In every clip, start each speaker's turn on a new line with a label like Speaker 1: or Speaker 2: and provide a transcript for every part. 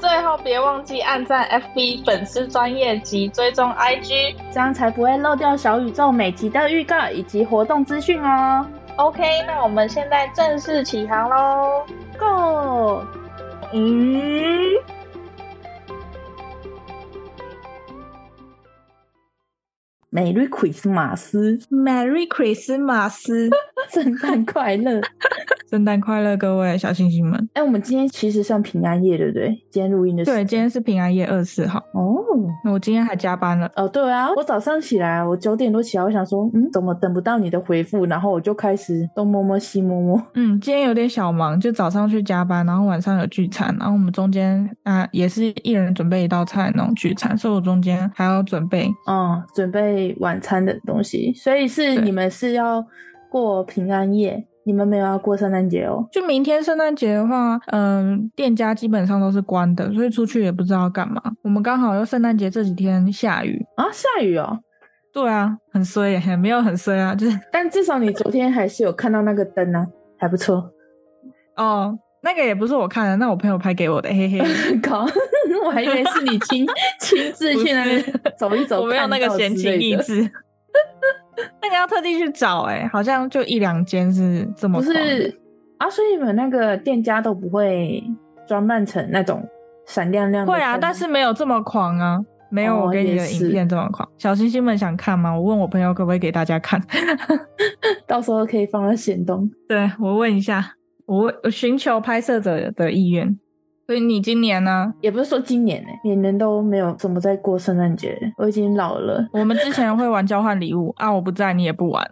Speaker 1: 最后别忘记按赞 FB 粉丝专业及追踪 IG。
Speaker 2: 这样才不会漏掉小宇宙每集的预告以及活动资讯哦。
Speaker 1: OK，那我们现在正式起航喽
Speaker 2: ，Go！
Speaker 1: 嗯，
Speaker 2: Merry Christmas，
Speaker 3: Merry Christmas，
Speaker 2: 圣诞快乐！
Speaker 3: 圣诞快乐，各位小星星们！
Speaker 2: 哎、我们今天其实算平安夜，对不对？今天录音的时
Speaker 3: 对，今天是平安夜二十四号，
Speaker 2: 哦
Speaker 3: 那我今天还加班了。
Speaker 2: 哦，对啊，我早上起来，我九点多起来，我想说，嗯，怎么等不到你的回复？然后我就开始东摸摸西摸摸。
Speaker 3: 嗯，今天有点小忙，就早上去加班，然后晚上有聚餐，然后我们中间啊、也是一人准备一道菜那种聚餐，所以我中间还要准备。
Speaker 2: 哦，准备晚餐的东西，所以是
Speaker 3: 对
Speaker 2: 你们是要过平安夜，你们没有要过圣诞节哦。
Speaker 3: 就明天圣诞节的话，嗯、店家基本上都是关的，所以出去也不知道干嘛。我们刚好又圣诞节这几天下雨，
Speaker 2: 啊，下雨哦，
Speaker 3: 对啊，很衰耶、没有很衰啊，就是
Speaker 2: 但至少你昨天还是有看到那个灯啊，还不错。
Speaker 3: 哦，那个也不是我看的，那我朋友拍给我的，嘿嘿。
Speaker 2: 搞， 我还以为是你 亲亲自去那边 走一走，
Speaker 3: 我没有那个闲情逸
Speaker 2: 意。
Speaker 3: 致。那个要特地去找哎、好像就一两间是这么
Speaker 2: 不
Speaker 3: 狂的
Speaker 2: 是啊，所以你们那个店家都不会装扮成那种闪亮亮的灯。
Speaker 3: 会啊，但是没有这么狂啊，没有
Speaker 2: 哦
Speaker 3: 我给你
Speaker 2: 也
Speaker 3: 的
Speaker 2: 是
Speaker 3: 影片这么狂。小星星们想看吗？我问我朋友可不可以给大家看，
Speaker 2: 到时候可以放在显东。
Speaker 3: 对我问一下，我问我寻求拍摄者的意愿。所以你今年呢？
Speaker 2: 也不是说今年呢、欸每年都没有怎么在过圣诞节，我已经老了，
Speaker 3: 我们之前会玩交换礼物 啊，我不在，你也不玩。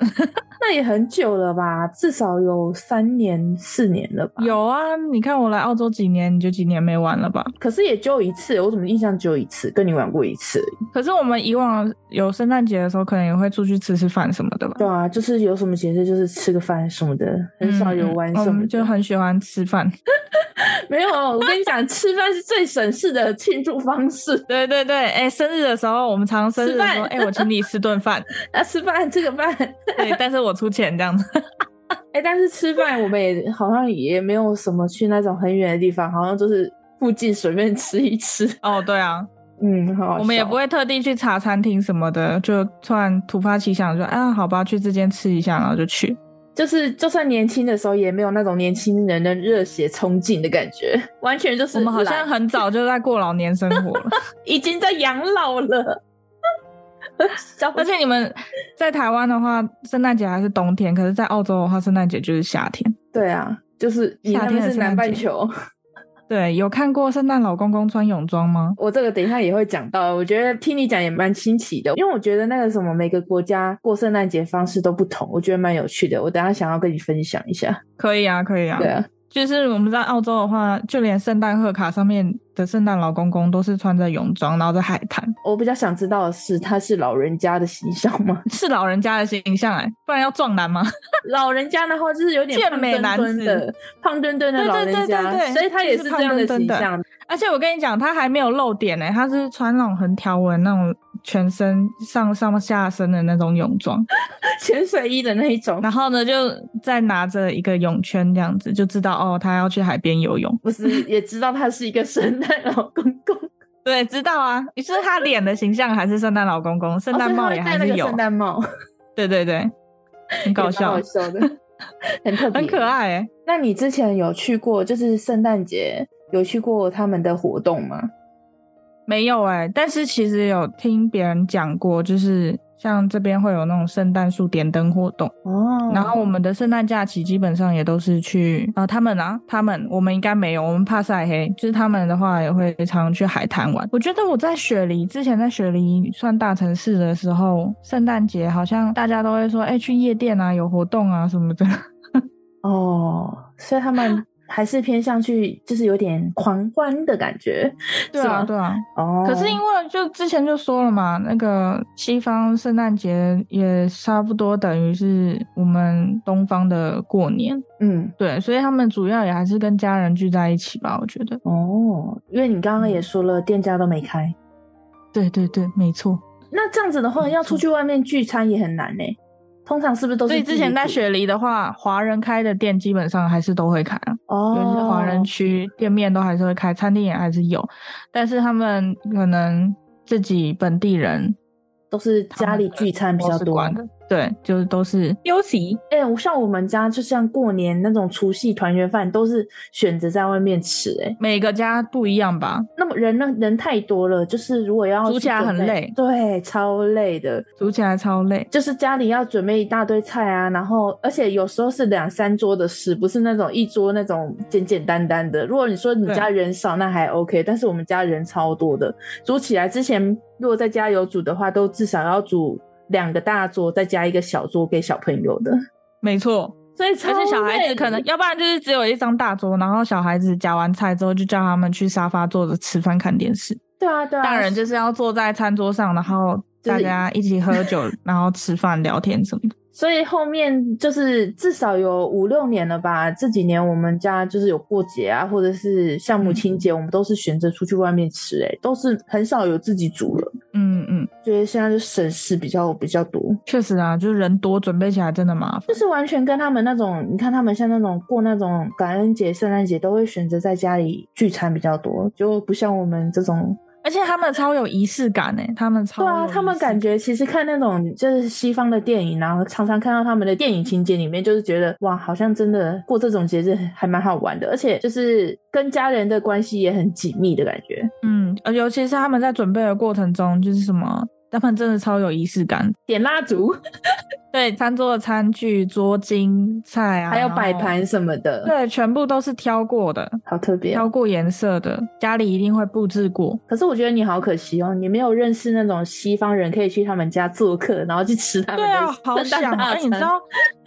Speaker 2: 那也很久了吧，至少有三年四年了吧。，
Speaker 3: 有啊，你看我来澳洲几年，你就几年没玩了吧？
Speaker 2: 可是也就一次，我怎么印象只有一次，跟你玩过一次而已。
Speaker 3: 可是我们以往有圣诞节的时候，可能也会出去吃吃饭什么的吧？
Speaker 2: 对啊，就是有什么节日就是吃个饭什么的，很少
Speaker 3: 嗯
Speaker 2: 有玩
Speaker 3: 哦
Speaker 2: 什
Speaker 3: 我
Speaker 2: 么
Speaker 3: 们
Speaker 2: 的。
Speaker 3: 就很喜欢吃饭。
Speaker 2: 没有，我跟你讲，吃饭是最省事的庆祝方式。
Speaker 3: 对对对，哎、生日的时候，我们常生日的时候，
Speaker 2: 吃
Speaker 3: 哎、
Speaker 2: 饭
Speaker 3: 我请你吃顿 饭，
Speaker 2: 啊，吃饭吃个饭，
Speaker 3: 对，但是我出钱这样子。
Speaker 2: 哎、但是吃饭我们也好像也没有什么去那种很远的地方，好像就是附近随便吃一吃。
Speaker 3: 哦，对啊，
Speaker 2: 嗯，好好
Speaker 3: 我们也
Speaker 2: 笑
Speaker 3: 不会特地去茶餐厅什么的，就突然突发奇想说，啊，好吧，去这间吃一下，然后就去。
Speaker 2: 就是就算年轻的时候，也没有那种年轻人的热血冲劲的感觉， 完全就是
Speaker 3: 我们好像
Speaker 2: 懒
Speaker 3: 很早就在过老年生活了，
Speaker 2: 已经在养老了。
Speaker 3: 而且你们在台湾的话，圣诞节还是冬天，可是，在澳洲的话，圣诞节就是夏天。
Speaker 2: 对啊，就是你那
Speaker 3: 夏天
Speaker 2: 边
Speaker 3: 的
Speaker 2: 是南
Speaker 3: 圣诞
Speaker 2: 半
Speaker 3: 节
Speaker 2: 球，
Speaker 3: 对，有看过圣诞老公公穿泳装吗？
Speaker 2: 我这个等一下也会讲到。我觉得听你讲也蛮新奇的，因为我觉得那个什么每个国家过圣诞节方式都不同，我觉得蛮有趣的。我等一下想要跟你分享一下。
Speaker 3: 可以啊，可以啊。
Speaker 2: 对啊，
Speaker 3: 就是我们在澳洲的话，就连圣诞贺卡上面的圣诞老公公都是穿着泳装，然后在海滩，
Speaker 2: 我比较想知道的是，他是老人家的形象吗？
Speaker 3: 是老人家的形象哎、不然要壮男吗？
Speaker 2: 老人家的话就是有点
Speaker 3: 健
Speaker 2: 胖
Speaker 3: 美
Speaker 2: 墩
Speaker 3: 男
Speaker 2: 墩
Speaker 3: 子
Speaker 2: 的，胖墩墩的
Speaker 3: 对对
Speaker 2: 老人
Speaker 3: 对对
Speaker 2: 家，
Speaker 3: 对
Speaker 2: 所以他也
Speaker 3: 就是是
Speaker 2: 这样
Speaker 3: 胖墩墩
Speaker 2: 形
Speaker 3: 的
Speaker 2: 象。
Speaker 3: 而且我跟你讲，他还没有露点哎、他是穿那种横条纹、那种全身上上下身的那种泳装，
Speaker 2: 潜水衣的那一种，
Speaker 3: 然后呢就再拿着一个泳圈这样子，就知道哦，他要去海边游泳。
Speaker 2: 不是也知道他是一个圣诞老公公，
Speaker 3: 对，知道啊，你是他脸的形象还是圣诞老公公？ 圣诞
Speaker 2: 哦所以他
Speaker 3: 帽
Speaker 2: 会
Speaker 3: 也
Speaker 2: 戴
Speaker 3: 还
Speaker 2: 那
Speaker 3: 是
Speaker 2: 个
Speaker 3: 有，
Speaker 2: 圣诞帽，
Speaker 3: 对对对，很搞
Speaker 2: 也蛮
Speaker 3: 笑
Speaker 2: 好，笑的，很特别，
Speaker 3: 很可。爱哎、
Speaker 2: 那你之前有去过，就是圣诞节有去过他们的活动吗？
Speaker 3: 没有哎、但是其实有听别人讲过，就是像这边会有那种圣诞树点灯活动，
Speaker 2: 哦
Speaker 3: 然后我们的圣诞假期基本上也都是去啊、呃他们啊，他们我们应该没有，我们怕晒黑，就是他们的话也会常常去海滩玩。我觉得我在雪梨之前在雪梨算大城市的时候，圣诞节好像大家都 会说，哎、去夜店啊，有活动啊什么的。
Speaker 2: 哦，所以他们还是偏向去就是有点狂欢的感觉，
Speaker 3: 对
Speaker 2: 是
Speaker 3: 啊，
Speaker 2: 吗
Speaker 3: 对啊。
Speaker 2: 哦。
Speaker 3: 可是因为就之前就说了嘛，那个西方圣诞节也差不多等于是我们东方的过年，
Speaker 2: 嗯。
Speaker 3: 对，所以他们主要也还是跟家人聚在一起吧，我觉得。
Speaker 2: 哦，因为你刚刚也
Speaker 3: 嗯
Speaker 2: 说了，店家都没开，
Speaker 3: 对对对，没错。
Speaker 2: 那这样子的话，
Speaker 3: 嗯没
Speaker 2: 要
Speaker 3: 错
Speaker 2: 出去外面聚餐也很难呢、通常是不是都是
Speaker 3: 所以
Speaker 2: 自
Speaker 3: 之
Speaker 2: 己
Speaker 3: 前在
Speaker 2: 煮
Speaker 3: 雪梨的话，华人开的店基本上还是都会开啊，
Speaker 2: 哦，
Speaker 3: 就是华人区店面都还是会开，餐厅也还是有，但是他们可能自己本地人
Speaker 2: 都是家里聚餐比较
Speaker 3: 都是
Speaker 2: 多。
Speaker 3: 管的，对，就是都是
Speaker 4: 休息，
Speaker 2: 哎、我像我们家就像过年那种除夕团圆饭，都是选择在外面吃、哎，
Speaker 3: 每个家不一样吧，
Speaker 2: 那么人呢？人太多了，就是如果要
Speaker 3: 煮
Speaker 2: 去
Speaker 3: 起来
Speaker 2: 准
Speaker 3: 很
Speaker 2: 备
Speaker 3: 累
Speaker 2: 对，超累的。
Speaker 3: 煮起来超累。
Speaker 2: 就是家里要准备一大堆菜啊，然后而且有时候是两三桌的事，不是那种一桌那种简简单单的。如果你说你
Speaker 3: 对
Speaker 2: 家人少，那还 OK，但是我们家人超多的，煮起来之前如果在家有煮的话，都至少要煮两个大桌，再加一个小桌给小朋友的，
Speaker 3: 没错，
Speaker 2: 所以
Speaker 3: 而
Speaker 2: 超
Speaker 3: 且小孩子可能，
Speaker 2: 累
Speaker 3: 要不然就是只有一张大桌，然后小孩子夹完菜之后就叫他们去沙发坐着吃饭看电视，
Speaker 2: 对啊对啊，
Speaker 3: 大人就是要坐在餐桌上，然后
Speaker 2: 就
Speaker 3: 大
Speaker 2: 是
Speaker 3: 家一起喝 酒，然后吃饭聊天什么的。
Speaker 2: 所以后面就是至少有五六年了吧。这几年我们家就是有过节啊，或者是像母亲节，我们都是选择出去外面吃、欸，都是很少有自己煮了。
Speaker 3: 嗯嗯，
Speaker 2: 觉得现在就省事比较比较多，
Speaker 3: 确实啊，就是人多，准备起来真的麻烦
Speaker 2: 就。是完全跟他们那种，你看他们像那种过那种感恩节、圣诞节，都会选择在家里聚餐比较多，就不像我们这种。
Speaker 3: 而且他们超有仪式感诶、他们超
Speaker 2: 对
Speaker 3: 有
Speaker 2: 啊，
Speaker 3: 仪
Speaker 2: 他们
Speaker 3: 式
Speaker 2: 感觉其实看那种就是西方的电影，然后常常看到他们的电影情节里面，就是觉得哇，好像真的过这种节日还蛮好玩的，而且就是跟家人的关系也很紧密的感觉。
Speaker 3: 嗯，呃尤其是他们在准备的过程中，就是什么，他们真的超有仪式感。
Speaker 2: 点蜡烛，
Speaker 3: 哦对，餐桌的餐具、桌巾、菜啊，
Speaker 2: 还有
Speaker 3: 然
Speaker 2: 摆
Speaker 3: 后
Speaker 2: 盘什么的，，
Speaker 3: 对，全部都是挑过的，
Speaker 2: 好特别哦。
Speaker 3: 挑过颜色的，家里一定会布置过。
Speaker 2: 可是我觉得你好可惜哦，你没有认识那种西方人，可以去他们家做客，然后去吃他们
Speaker 3: 对啊，好
Speaker 2: 的圣
Speaker 3: 想
Speaker 2: 诞
Speaker 3: 啊！
Speaker 2: 大
Speaker 3: 哎你知
Speaker 2: 餐。
Speaker 3: 道，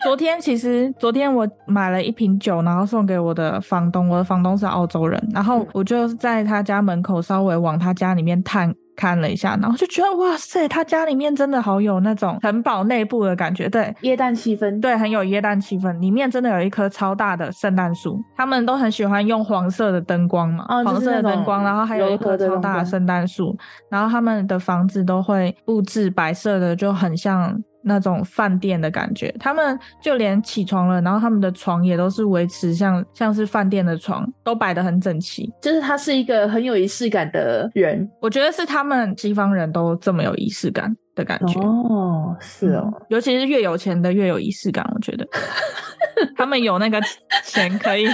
Speaker 3: 昨天其实昨天我买了一瓶酒，然后送给我的房东，我的房东是澳洲人，然后
Speaker 2: 嗯
Speaker 3: 我就在他家门口稍微往他家里面探。看了一下，然后就觉得哇塞，他家里面真的好有那种城堡内部的感觉，对，
Speaker 2: 椰蛋气氛，
Speaker 3: 对，很有耶诞气氛。里面真的有一棵超大的圣诞树，他们都很喜欢用黄色的灯光嘛，
Speaker 2: 哦
Speaker 3: 黄
Speaker 2: 就是
Speaker 3: 色的
Speaker 2: 那
Speaker 3: 灯光，
Speaker 2: 种
Speaker 3: 然后还有一
Speaker 2: 柔
Speaker 3: 棵
Speaker 2: 和的
Speaker 3: 超
Speaker 2: 灯
Speaker 3: 大的
Speaker 2: 光
Speaker 3: 圣诞树，然后他们的房子都会布置白色的，就很像。那种饭店的感觉，他们就连起床了，然后他们的床也都是维持像像是饭店的床，都摆得很整齐。
Speaker 2: 就是他是一个很有仪式感的人
Speaker 3: 我觉得是他们西方人都这么有仪式感的感觉。
Speaker 2: 哦，是哦，
Speaker 3: 嗯尤其是越有钱的越有仪式感，我 觉得他们有那个钱可以去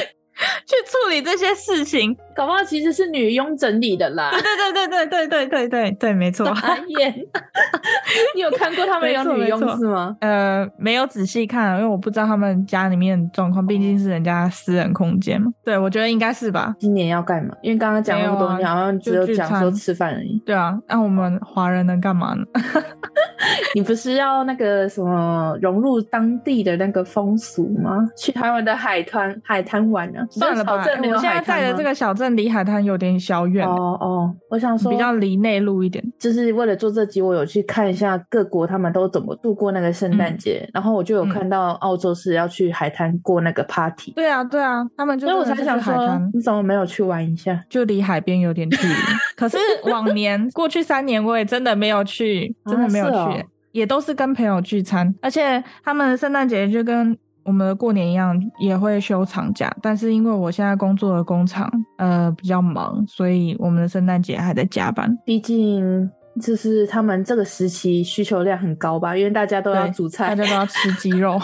Speaker 3: 处理这些事情。
Speaker 2: 搞不好其实是女佣整理的啦。
Speaker 3: 对 对对对对对对对对，没错。
Speaker 2: 阿燕， 你有看过他们有
Speaker 3: 没错
Speaker 2: 女佣
Speaker 3: 没错
Speaker 2: 是吗？
Speaker 3: 呃，没有仔细看，啊因为我不知道他们家里面的状况，毕竟是人家私人空间嘛。对，我觉得应该是吧。
Speaker 2: 今年要干嘛？因为刚刚讲那么多，
Speaker 3: 没有啊
Speaker 2: 你好像只有
Speaker 3: 就聚
Speaker 2: 讲
Speaker 3: 餐
Speaker 2: 说吃饭而已。
Speaker 3: 对啊，那我们华人能干嘛呢？
Speaker 2: 哦 你不是要那个什么融入当地的那个风俗吗？去台湾的海滩海滩玩啊？
Speaker 3: 算了吧，
Speaker 2: 小镇没
Speaker 3: 我
Speaker 2: 有
Speaker 3: 现在
Speaker 2: 海滩
Speaker 3: 在的
Speaker 2: 吗
Speaker 3: 这个小镇离海滩有点小远，
Speaker 2: 哦哦，我想说
Speaker 3: 比较离内陆一点。
Speaker 2: 就是为了做这集，我有去看一下各国他们都怎么度过那个圣
Speaker 3: 嗯
Speaker 2: 诞节，然后我就有看到澳洲是要去海滩过那个 party，、
Speaker 3: 对啊，对啊，他们就
Speaker 2: 所以我
Speaker 3: 真的
Speaker 2: 才
Speaker 3: 是
Speaker 2: 想
Speaker 3: 海滩
Speaker 2: 说你怎么没有去玩一下？
Speaker 3: 就离海边有点距离。可是往年过去三年，我也真的没有去，
Speaker 2: 啊
Speaker 3: 真的没有去、
Speaker 2: 是哦
Speaker 3: 也都是跟朋友聚餐，而且他们的圣诞节就跟。我们的过年一样也会休长假，但是因为我现在工作的工厂呃比较忙，所以我们的圣诞节还在加班。
Speaker 2: 毕竟就是他们这个时期需求量很高吧，因为大家都要
Speaker 3: 对
Speaker 2: 煮
Speaker 3: 大
Speaker 2: 菜
Speaker 3: 家。都要吃鸡 肉，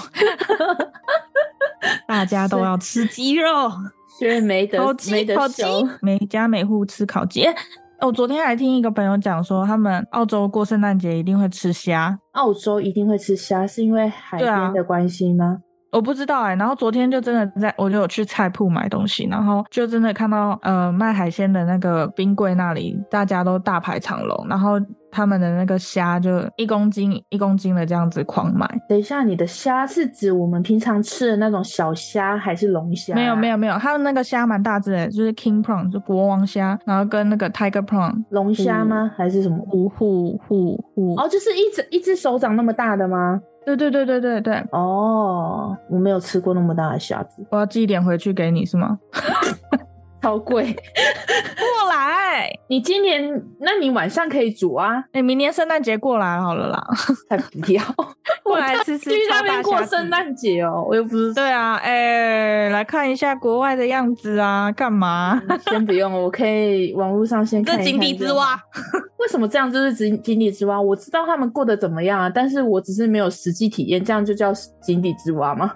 Speaker 3: 大家都
Speaker 2: 是
Speaker 3: 要吃鸡肉。
Speaker 2: 所以没得
Speaker 3: 烤
Speaker 2: 没
Speaker 3: 鸡，
Speaker 2: 得
Speaker 3: 烤鸡
Speaker 2: 休，，
Speaker 3: 每家每户吃烤鸡。诶我昨天还听一个朋友讲说，他们澳洲过圣诞节一定会吃虾，
Speaker 2: 澳洲一定会吃虾，是因为海
Speaker 3: 对啊
Speaker 2: 边的关系吗？
Speaker 3: 我不知道哎、然后昨天就真的在，我就有去菜铺买东西，然后就真的看到呃卖海鲜的那个冰柜那里，大家都大排长龙，然后。他们的那个虾就一公斤一公斤的这样子狂买。
Speaker 2: 等一下，你的虾是指我们平常吃的那种小虾，还是龙虾？啊
Speaker 3: 没有没，有没有，他们那个虾蛮大只的，就是 king prawn 就国王虾，然后跟那个 tiger prawn
Speaker 2: 龙虾
Speaker 3: 嗯
Speaker 2: 吗？还是什么？
Speaker 3: 虎虎虎虎。
Speaker 2: 哦，就是一只一只手掌那么大的吗？
Speaker 3: 对对对对对对，
Speaker 2: 哦，我没有吃过那么大的虾子，
Speaker 3: 我要寄一点回去给你是吗？
Speaker 2: 超贵。
Speaker 3: 过来，
Speaker 2: 你今年，那你晚上可以煮啊，
Speaker 3: 你明年圣诞节过来好了啦，
Speaker 2: 才不要。
Speaker 3: 过来吃吃
Speaker 2: 去
Speaker 3: 超
Speaker 2: 那
Speaker 3: 大
Speaker 2: 边过
Speaker 3: 虾子
Speaker 2: 圣诞节哦，我又不是。
Speaker 3: 对啊，哎、来看一下国外的样子啊，干嘛？
Speaker 2: 嗯先不用，我可以网络 上先看一看。
Speaker 3: 井底之蛙，
Speaker 2: 为什么这样？就是井井底之蛙。我知道他们过得怎么样啊，但是我只是没有实际体验，这样就叫井底之蛙吗？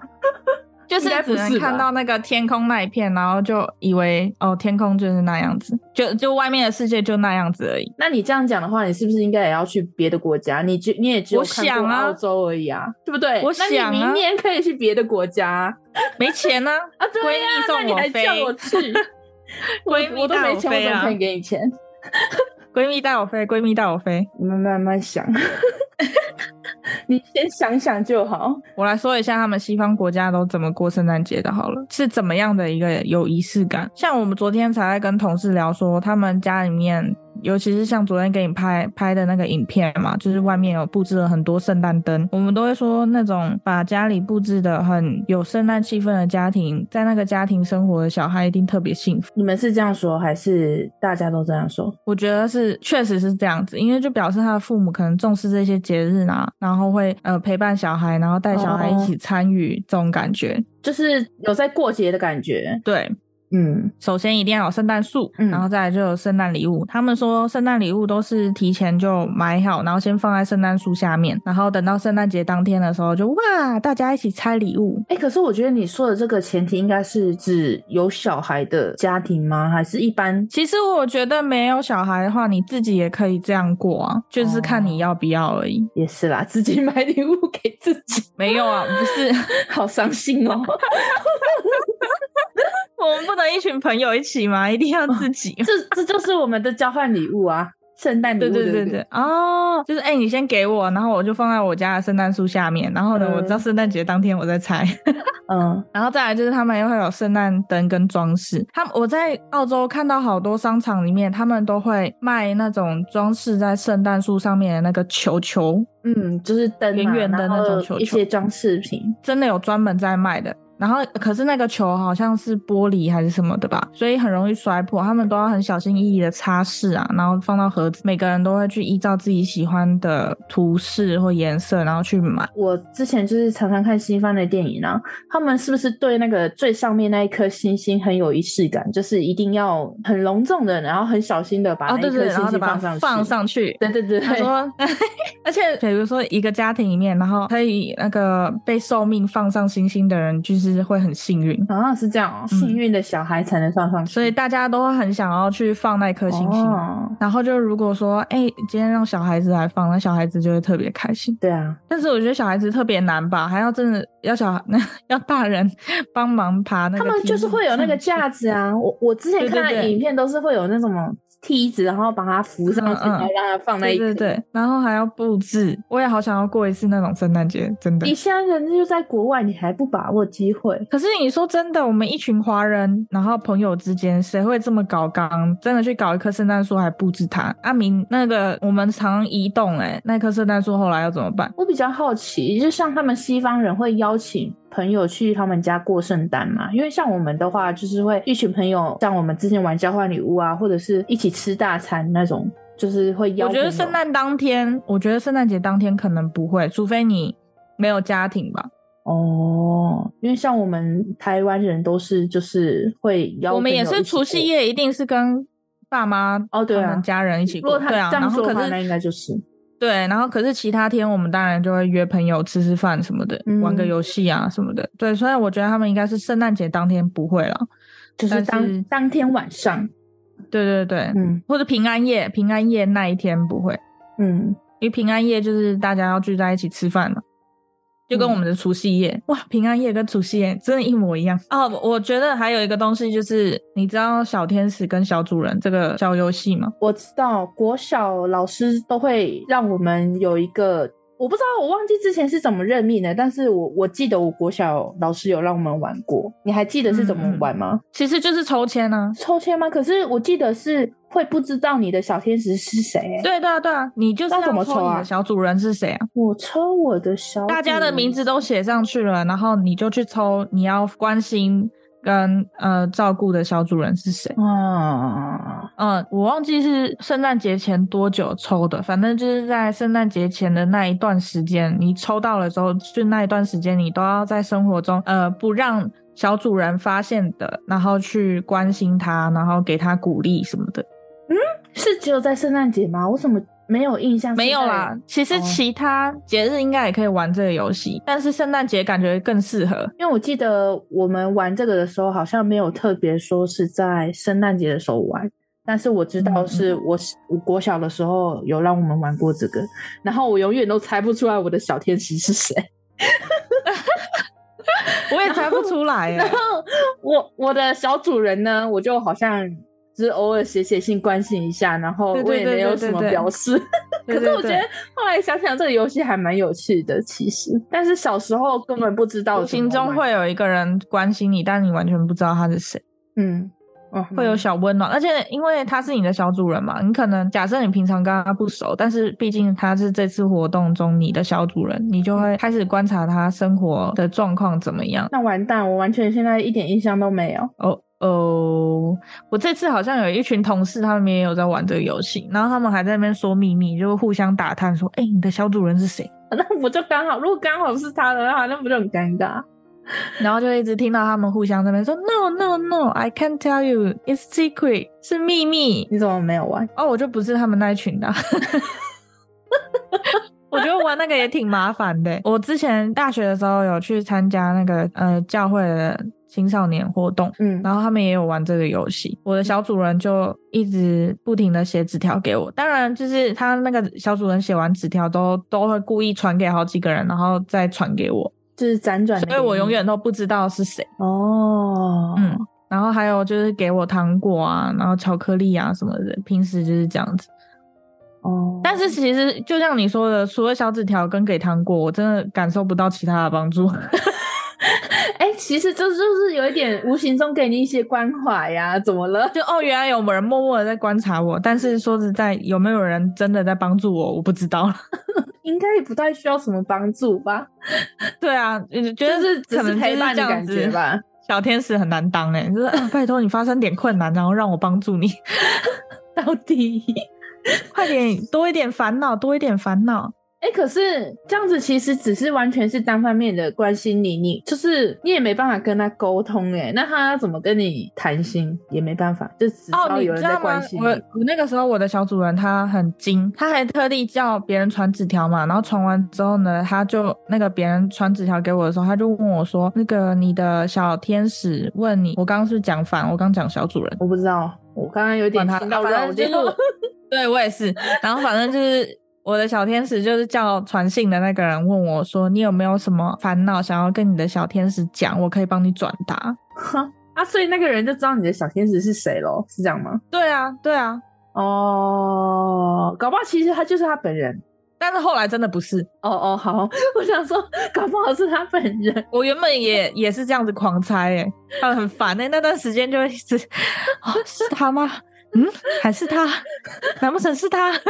Speaker 3: 就是
Speaker 2: 应该不
Speaker 3: 只
Speaker 2: 是
Speaker 3: 能看
Speaker 2: 吧
Speaker 3: 到那个天空那一片，然后就以为哦，天空就是那样子，就就外面的世界就那样子而已。
Speaker 2: 那你这样讲的话，你是不是应该也要去别的国家？你只你也只有
Speaker 3: 我
Speaker 2: 看
Speaker 3: 想
Speaker 2: 过
Speaker 3: 啊
Speaker 2: 澳洲而已啊，对不对？
Speaker 3: 我
Speaker 2: 那
Speaker 3: 想啊
Speaker 2: 你明年可以去别的国家啊，
Speaker 3: 没钱呢、
Speaker 2: 啊对
Speaker 3: 闺
Speaker 2: 呀、
Speaker 3: 蜜
Speaker 2: 那
Speaker 3: 送
Speaker 2: 你
Speaker 3: 我
Speaker 2: 还
Speaker 3: 飞
Speaker 2: 叫 我去？我
Speaker 3: 闺蜜
Speaker 2: 我都
Speaker 3: 带我
Speaker 2: 没钱，我
Speaker 3: 飞
Speaker 2: 怎么
Speaker 3: 啊
Speaker 2: 可以给你钱？
Speaker 3: 闺蜜带我飞，闺蜜带我飞。
Speaker 2: 你们慢慢 想，你先想想就好。
Speaker 3: 我来说一下他们西方国家都怎么过圣诞节的好了，是怎么样的一个有仪式感。像我们昨天才在跟同事聊说，他们家里面，尤其是像昨天给你拍拍的那个影片嘛，就是外面有布置了很多圣诞灯，我们都会说那种把家里布置的很有圣诞气氛的家庭，在那个家庭生活的小孩一定特别幸福。
Speaker 2: 你们是这样说，还是大家都这样说？
Speaker 3: 我觉得是，确实是这样子，因为就表示他的父母可能重视这些节日啊，然后会呃陪伴小孩，然后带小孩一起参与、这种感觉。
Speaker 2: 就是有在过节的感觉。
Speaker 3: 对，
Speaker 2: 嗯，
Speaker 3: 首先一定要有圣诞树，
Speaker 2: 嗯
Speaker 3: 然后再来就有圣诞礼物。他们说圣诞礼物都是提前就买好，然后先放在圣诞树下面，然后等到圣诞节当天的时候就哇，大家一起拆礼物。
Speaker 2: 哎、可是我觉得你说的这个前提应该是指有小孩的家庭吗？还是一般？
Speaker 3: 其实我觉得没有小孩的话，你自己也可以这样过啊，就是看你要不要而已。
Speaker 2: 也是啦，自己买礼物给自己，
Speaker 3: 没有啊，不是，
Speaker 2: 好伤心哦。
Speaker 3: 我们不能一群朋友一起吗？一定要自己。
Speaker 2: 这这就是我们的交换礼物啊，圣诞 礼
Speaker 3: 对
Speaker 2: 物。
Speaker 3: 对
Speaker 2: 对
Speaker 3: 对
Speaker 2: 不
Speaker 3: 对，，哦，就是哎、你先给我，然后我就放在我家的圣诞树下面，然后呢，
Speaker 2: 嗯
Speaker 3: 我知道圣诞节当天我再拆。
Speaker 2: 嗯，
Speaker 3: 然后再来就是他们又会有圣诞灯跟装饰。他们我在澳洲看到好多商场里面，他们都会卖那种装饰在圣诞树上面的那个球球，
Speaker 2: 嗯，就是灯、啊，
Speaker 3: 圆圆的
Speaker 2: 然后
Speaker 3: 那种球球
Speaker 2: 一些装饰品。
Speaker 3: 真的有专门在卖的。然后可是那个球好像是玻璃还是什么的吧，所以很容易摔破。他们都要很小心翼翼的擦拭啊，然后放到盒子。每个人都会去依照自己喜欢的图示或颜色，然后去买。
Speaker 2: 我之前就是常常看西方的电影啊，他们是不是对那个最上面那一颗星星很有仪式感？就是一定要很隆重的，然后很小心的把
Speaker 3: 哦，对
Speaker 2: 那一
Speaker 3: 对，
Speaker 2: 颗
Speaker 3: 然
Speaker 2: 星
Speaker 3: 后就
Speaker 2: 星
Speaker 3: 把
Speaker 2: 放
Speaker 3: 它
Speaker 2: 上去，
Speaker 3: 放上去。
Speaker 2: 对对对，
Speaker 3: 他说，而且 比如说一个家庭里面，然后可以那个被寿命放上星星的人，就是会很幸运，
Speaker 2: 啊是这样哦，
Speaker 3: 嗯
Speaker 2: 幸运的小孩才能放上去，
Speaker 3: 所以大家都会很想要去放那颗星星。
Speaker 2: 哦
Speaker 3: 然后就如果说，哎、今天让小孩子来放，那小孩子就会特别开心。
Speaker 2: 对啊，
Speaker 3: 但是我觉得小孩子特别难吧，还要真的要小 孩要大人帮忙爬那个梯
Speaker 2: 他
Speaker 3: 子上去。
Speaker 2: 们就是会有那个架子啊，我我之前
Speaker 3: 对对
Speaker 2: 看的
Speaker 3: 对
Speaker 2: 影片都是会有那种梯子，然后把它扶上去，
Speaker 3: 嗯嗯
Speaker 2: 然后让它放在一
Speaker 3: 对
Speaker 2: 颗
Speaker 3: 对对，然后还要布置，我也好想要过一次那种圣诞节，真的
Speaker 2: 你。现在人就在国外，你还不把握机会？
Speaker 3: 可是你说真的，我们一群华人，然后朋友之间，谁会这么搞刚？真的去搞一棵圣诞树还布置它？阿明那个我们常移动、欸，那棵圣诞树后来要怎么办？
Speaker 2: 我比较好奇，就像他们西方人会邀请朋友去他们家过圣诞嘛？因为像我们的话，就是会一群朋友，像我们之前玩交换礼物啊，或者是一起吃大餐那种，就是会邀
Speaker 3: 我
Speaker 2: 朋
Speaker 3: 觉
Speaker 2: 友。
Speaker 3: 得圣诞当天，我觉得圣诞节当天可能不会，除非你没有家庭吧。
Speaker 2: 哦，因为像我们台湾人都是就是会邀，
Speaker 3: 我们也是除夕。夜，一定是跟爸妈
Speaker 2: 哦对啊
Speaker 3: 他们家人一起
Speaker 2: 如
Speaker 3: 过。
Speaker 2: 果他
Speaker 3: 对啊，
Speaker 2: 这
Speaker 3: 然
Speaker 2: 样
Speaker 3: 后
Speaker 2: 说的
Speaker 3: 可
Speaker 2: 话，那应该
Speaker 3: 是
Speaker 2: 就是
Speaker 3: 对，然后可是其他天我们当然就会约朋友吃吃饭什么的，
Speaker 2: 嗯
Speaker 3: 玩个游戏啊什么的。对，所以我觉得他们应该是圣诞节当天不会了。
Speaker 2: 就是
Speaker 3: 但
Speaker 2: 当
Speaker 3: 是
Speaker 2: 当天晚上，
Speaker 3: 对对对，
Speaker 2: 嗯
Speaker 3: 或者平安夜，平安夜那一天不会，
Speaker 2: 嗯，
Speaker 3: 因为平安夜就是大家要聚在一起吃饭嘛。就
Speaker 2: 嗯
Speaker 3: 跟我们的除夕夜，哇，平安夜跟除夕夜真的一模一样哦。我我觉得还有一个东西就是，你知道小天使跟小主人这个小游戏吗？
Speaker 2: 我知道国小老师都会让我们有一个，我不知道我忘记之前是怎么任命的，但是我我记得我国小老师有让我们玩过，你还记得是怎
Speaker 3: 嗯
Speaker 2: 么玩吗？
Speaker 3: 其实就是抽签啊。
Speaker 2: 抽签吗？可是我记得是会不知道你的小天使是谁、欸。
Speaker 3: 对对啊，对啊，你就是
Speaker 2: 那
Speaker 3: 要
Speaker 2: 怎么
Speaker 3: 抽
Speaker 2: 抽
Speaker 3: 你
Speaker 2: 啊
Speaker 3: 的小主人是谁啊？
Speaker 2: 我抽我的小，
Speaker 3: 大家的名字都写上去了，然后你就去抽你要关心跟呃照顾的小主人是谁。
Speaker 2: 啊，
Speaker 3: 嗯，我忘记是圣诞节前多久抽的，反正就是在圣诞节前的那一段时间，你抽到了之后，就那一段时间你都要在生活中，呃，不让小主人发现的，然后去关心他，然后给他鼓励什么的。
Speaker 2: 是只有在圣诞节吗？我怎么没有印象？
Speaker 3: 没有啦，，其实
Speaker 2: 哦
Speaker 3: 其他节日应该也可以玩这个游戏，但是圣诞节感觉更适合。
Speaker 2: 因为我记得我们玩这个的时候，好像没有特别说是在圣诞节的时候玩，但是我知
Speaker 3: 嗯
Speaker 2: 道是我、我国小的时候有让我们玩过这个，然后我永远都猜不出来我的小天使是谁。
Speaker 3: 我也猜不出来、
Speaker 2: 然
Speaker 3: 欸
Speaker 2: 后。我我的小主人呢，我就好像只是偶尔写写信关心一下，然后
Speaker 3: 对对
Speaker 2: 我也没有什么
Speaker 3: 对对对对
Speaker 2: 表示。可
Speaker 3: 对
Speaker 2: 是
Speaker 3: 对
Speaker 2: 我觉
Speaker 3: 对
Speaker 2: 得后来想想，这个游戏还蛮有趣的，其实。但是小时候根本不知道
Speaker 3: 无
Speaker 2: 怎么
Speaker 3: 形中
Speaker 2: 玩，
Speaker 3: 会有一个人关心你，但你完全不知道他是谁。
Speaker 2: 嗯，哦
Speaker 3: 会有小温暖，而且因为他是你的小主人嘛，你可能假设你平常跟他不熟，但是毕竟他是这次活动中你的小主人，你就会开始观察他生活的状况怎么样。
Speaker 2: 那完蛋，我完全现在一点印象都没有。
Speaker 3: 哦哦，我这次好像有一群同事，他们也有在玩这个游戏，然后他们还在那边说秘密，就互相打探说：“哎、你的小主人是谁
Speaker 2: 那我就刚好，如果刚好是他的话，那不就很尴尬？？”
Speaker 3: 然后就一直听到他们互相在那边说：“No no no，I can't tell you, it's secret，是秘密。”
Speaker 2: 你怎么没有玩？
Speaker 3: 哦，我就不是他们那一群的啊、 我觉得玩那个也挺麻烦的。欸我之前大学的时候有去参加那个呃教会的青少年活动，
Speaker 2: 嗯，
Speaker 3: 然后他们也有玩这个游戏。我的小主人就一直不停的写纸条给我，当然就是他那个小主人写完纸条都都会故意传给好几个人，然后再传给我，
Speaker 2: 就是辗转的给你，
Speaker 3: 所以我永远都不知道是谁。
Speaker 2: 哦，
Speaker 3: 嗯，然后还有就是给我糖果啊，然后巧克力啊什么的，平时就是这样子。
Speaker 2: 哦，
Speaker 3: 但是其实就像你说的，除了小纸条跟给糖果，我真的感受不到其他的帮助。
Speaker 2: 哎、其实这就是有一点无形中给你一些关怀呀、怎么了？
Speaker 3: 就哦，原来有人默默的在观察我，但是说实在，有没有人真的在帮助我，我不知道。
Speaker 2: 应该也不太需要什么帮助吧，
Speaker 3: 对啊，呃觉得
Speaker 2: 就是只
Speaker 3: 可
Speaker 2: 是
Speaker 3: 能
Speaker 2: 陪伴
Speaker 3: 这样
Speaker 2: 的感觉
Speaker 3: 子。
Speaker 2: 吧。
Speaker 3: 小天使很难当哎、就是、啊拜托你发生点困难，然后让我帮助你，
Speaker 2: 到底，
Speaker 3: 快点多一点烦恼，多一点烦恼。
Speaker 2: 哎、可是这样子其实只是完全是单方面的关心你，你就是你也没办法跟他沟通、哎，那他怎么跟你谈心也没办法，就只知
Speaker 3: 哦，
Speaker 2: 道
Speaker 3: 你
Speaker 2: 有
Speaker 3: 知
Speaker 2: 人在
Speaker 3: 道吗
Speaker 2: 关？心
Speaker 3: 我我那个时候我的小主人他很精，他还特地叫别人传纸条嘛，然后传完之后呢，他就那个别人传纸条给我的时候，他就问我说，那个你的小天使问你，我刚刚是讲反，我刚讲小主人，
Speaker 2: 我不知道，我刚刚有点
Speaker 3: 管他
Speaker 2: 听到
Speaker 3: 反
Speaker 2: 绕
Speaker 3: 正就是
Speaker 2: 掉
Speaker 3: 我。对我也是，然后反正就是。我的小天使就是叫传信的那个人问我说：“你有没有什么烦恼想要跟你的小天使讲？我可以帮你转达。
Speaker 2: 啊，所以那个人就知道你的小天使是谁喽，是这样吗？”
Speaker 3: 对啊，对啊，
Speaker 2: 哦，搞不好其实他就是他本人。
Speaker 3: 但是后来真的不是，
Speaker 2: 哦哦，好， 我想说，搞不好是他本人。
Speaker 3: 我原本也也是这样子狂猜哎、他很烦哎、那段时间就一直、哦、是他吗？嗯，还是他？难不成是他？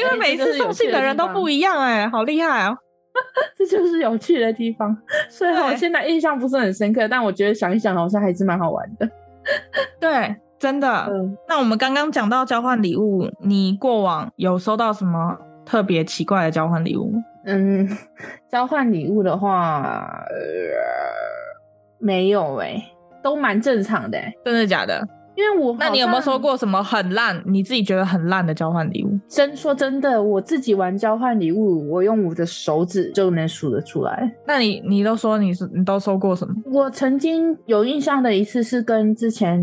Speaker 3: 因为每次送信的人都不一样哎、好厉害哦！
Speaker 2: 这就是有趣的地方。虽然我
Speaker 3: 对
Speaker 2: 现在印象不是很深刻，但我觉得想一想好像还是蛮好玩的。
Speaker 3: 对，真的。
Speaker 2: 嗯，
Speaker 3: 那我们刚刚讲到交换礼物，你过往有收到什么特别奇怪的交换礼物吗？
Speaker 2: 嗯， 交换礼物的话，呃、没有哎、都蛮正常的、欸。
Speaker 3: 真的假的？
Speaker 2: 因为我
Speaker 3: 那你有没有
Speaker 2: 说
Speaker 3: 收过什么很烂，你自己觉得很烂的交换礼物？
Speaker 2: 真说真的，我自己玩交换礼物，我用我的手指就能数得出来。
Speaker 3: 那你你都说你是你都收过什么？
Speaker 2: 我曾经有印象的一次是跟之前，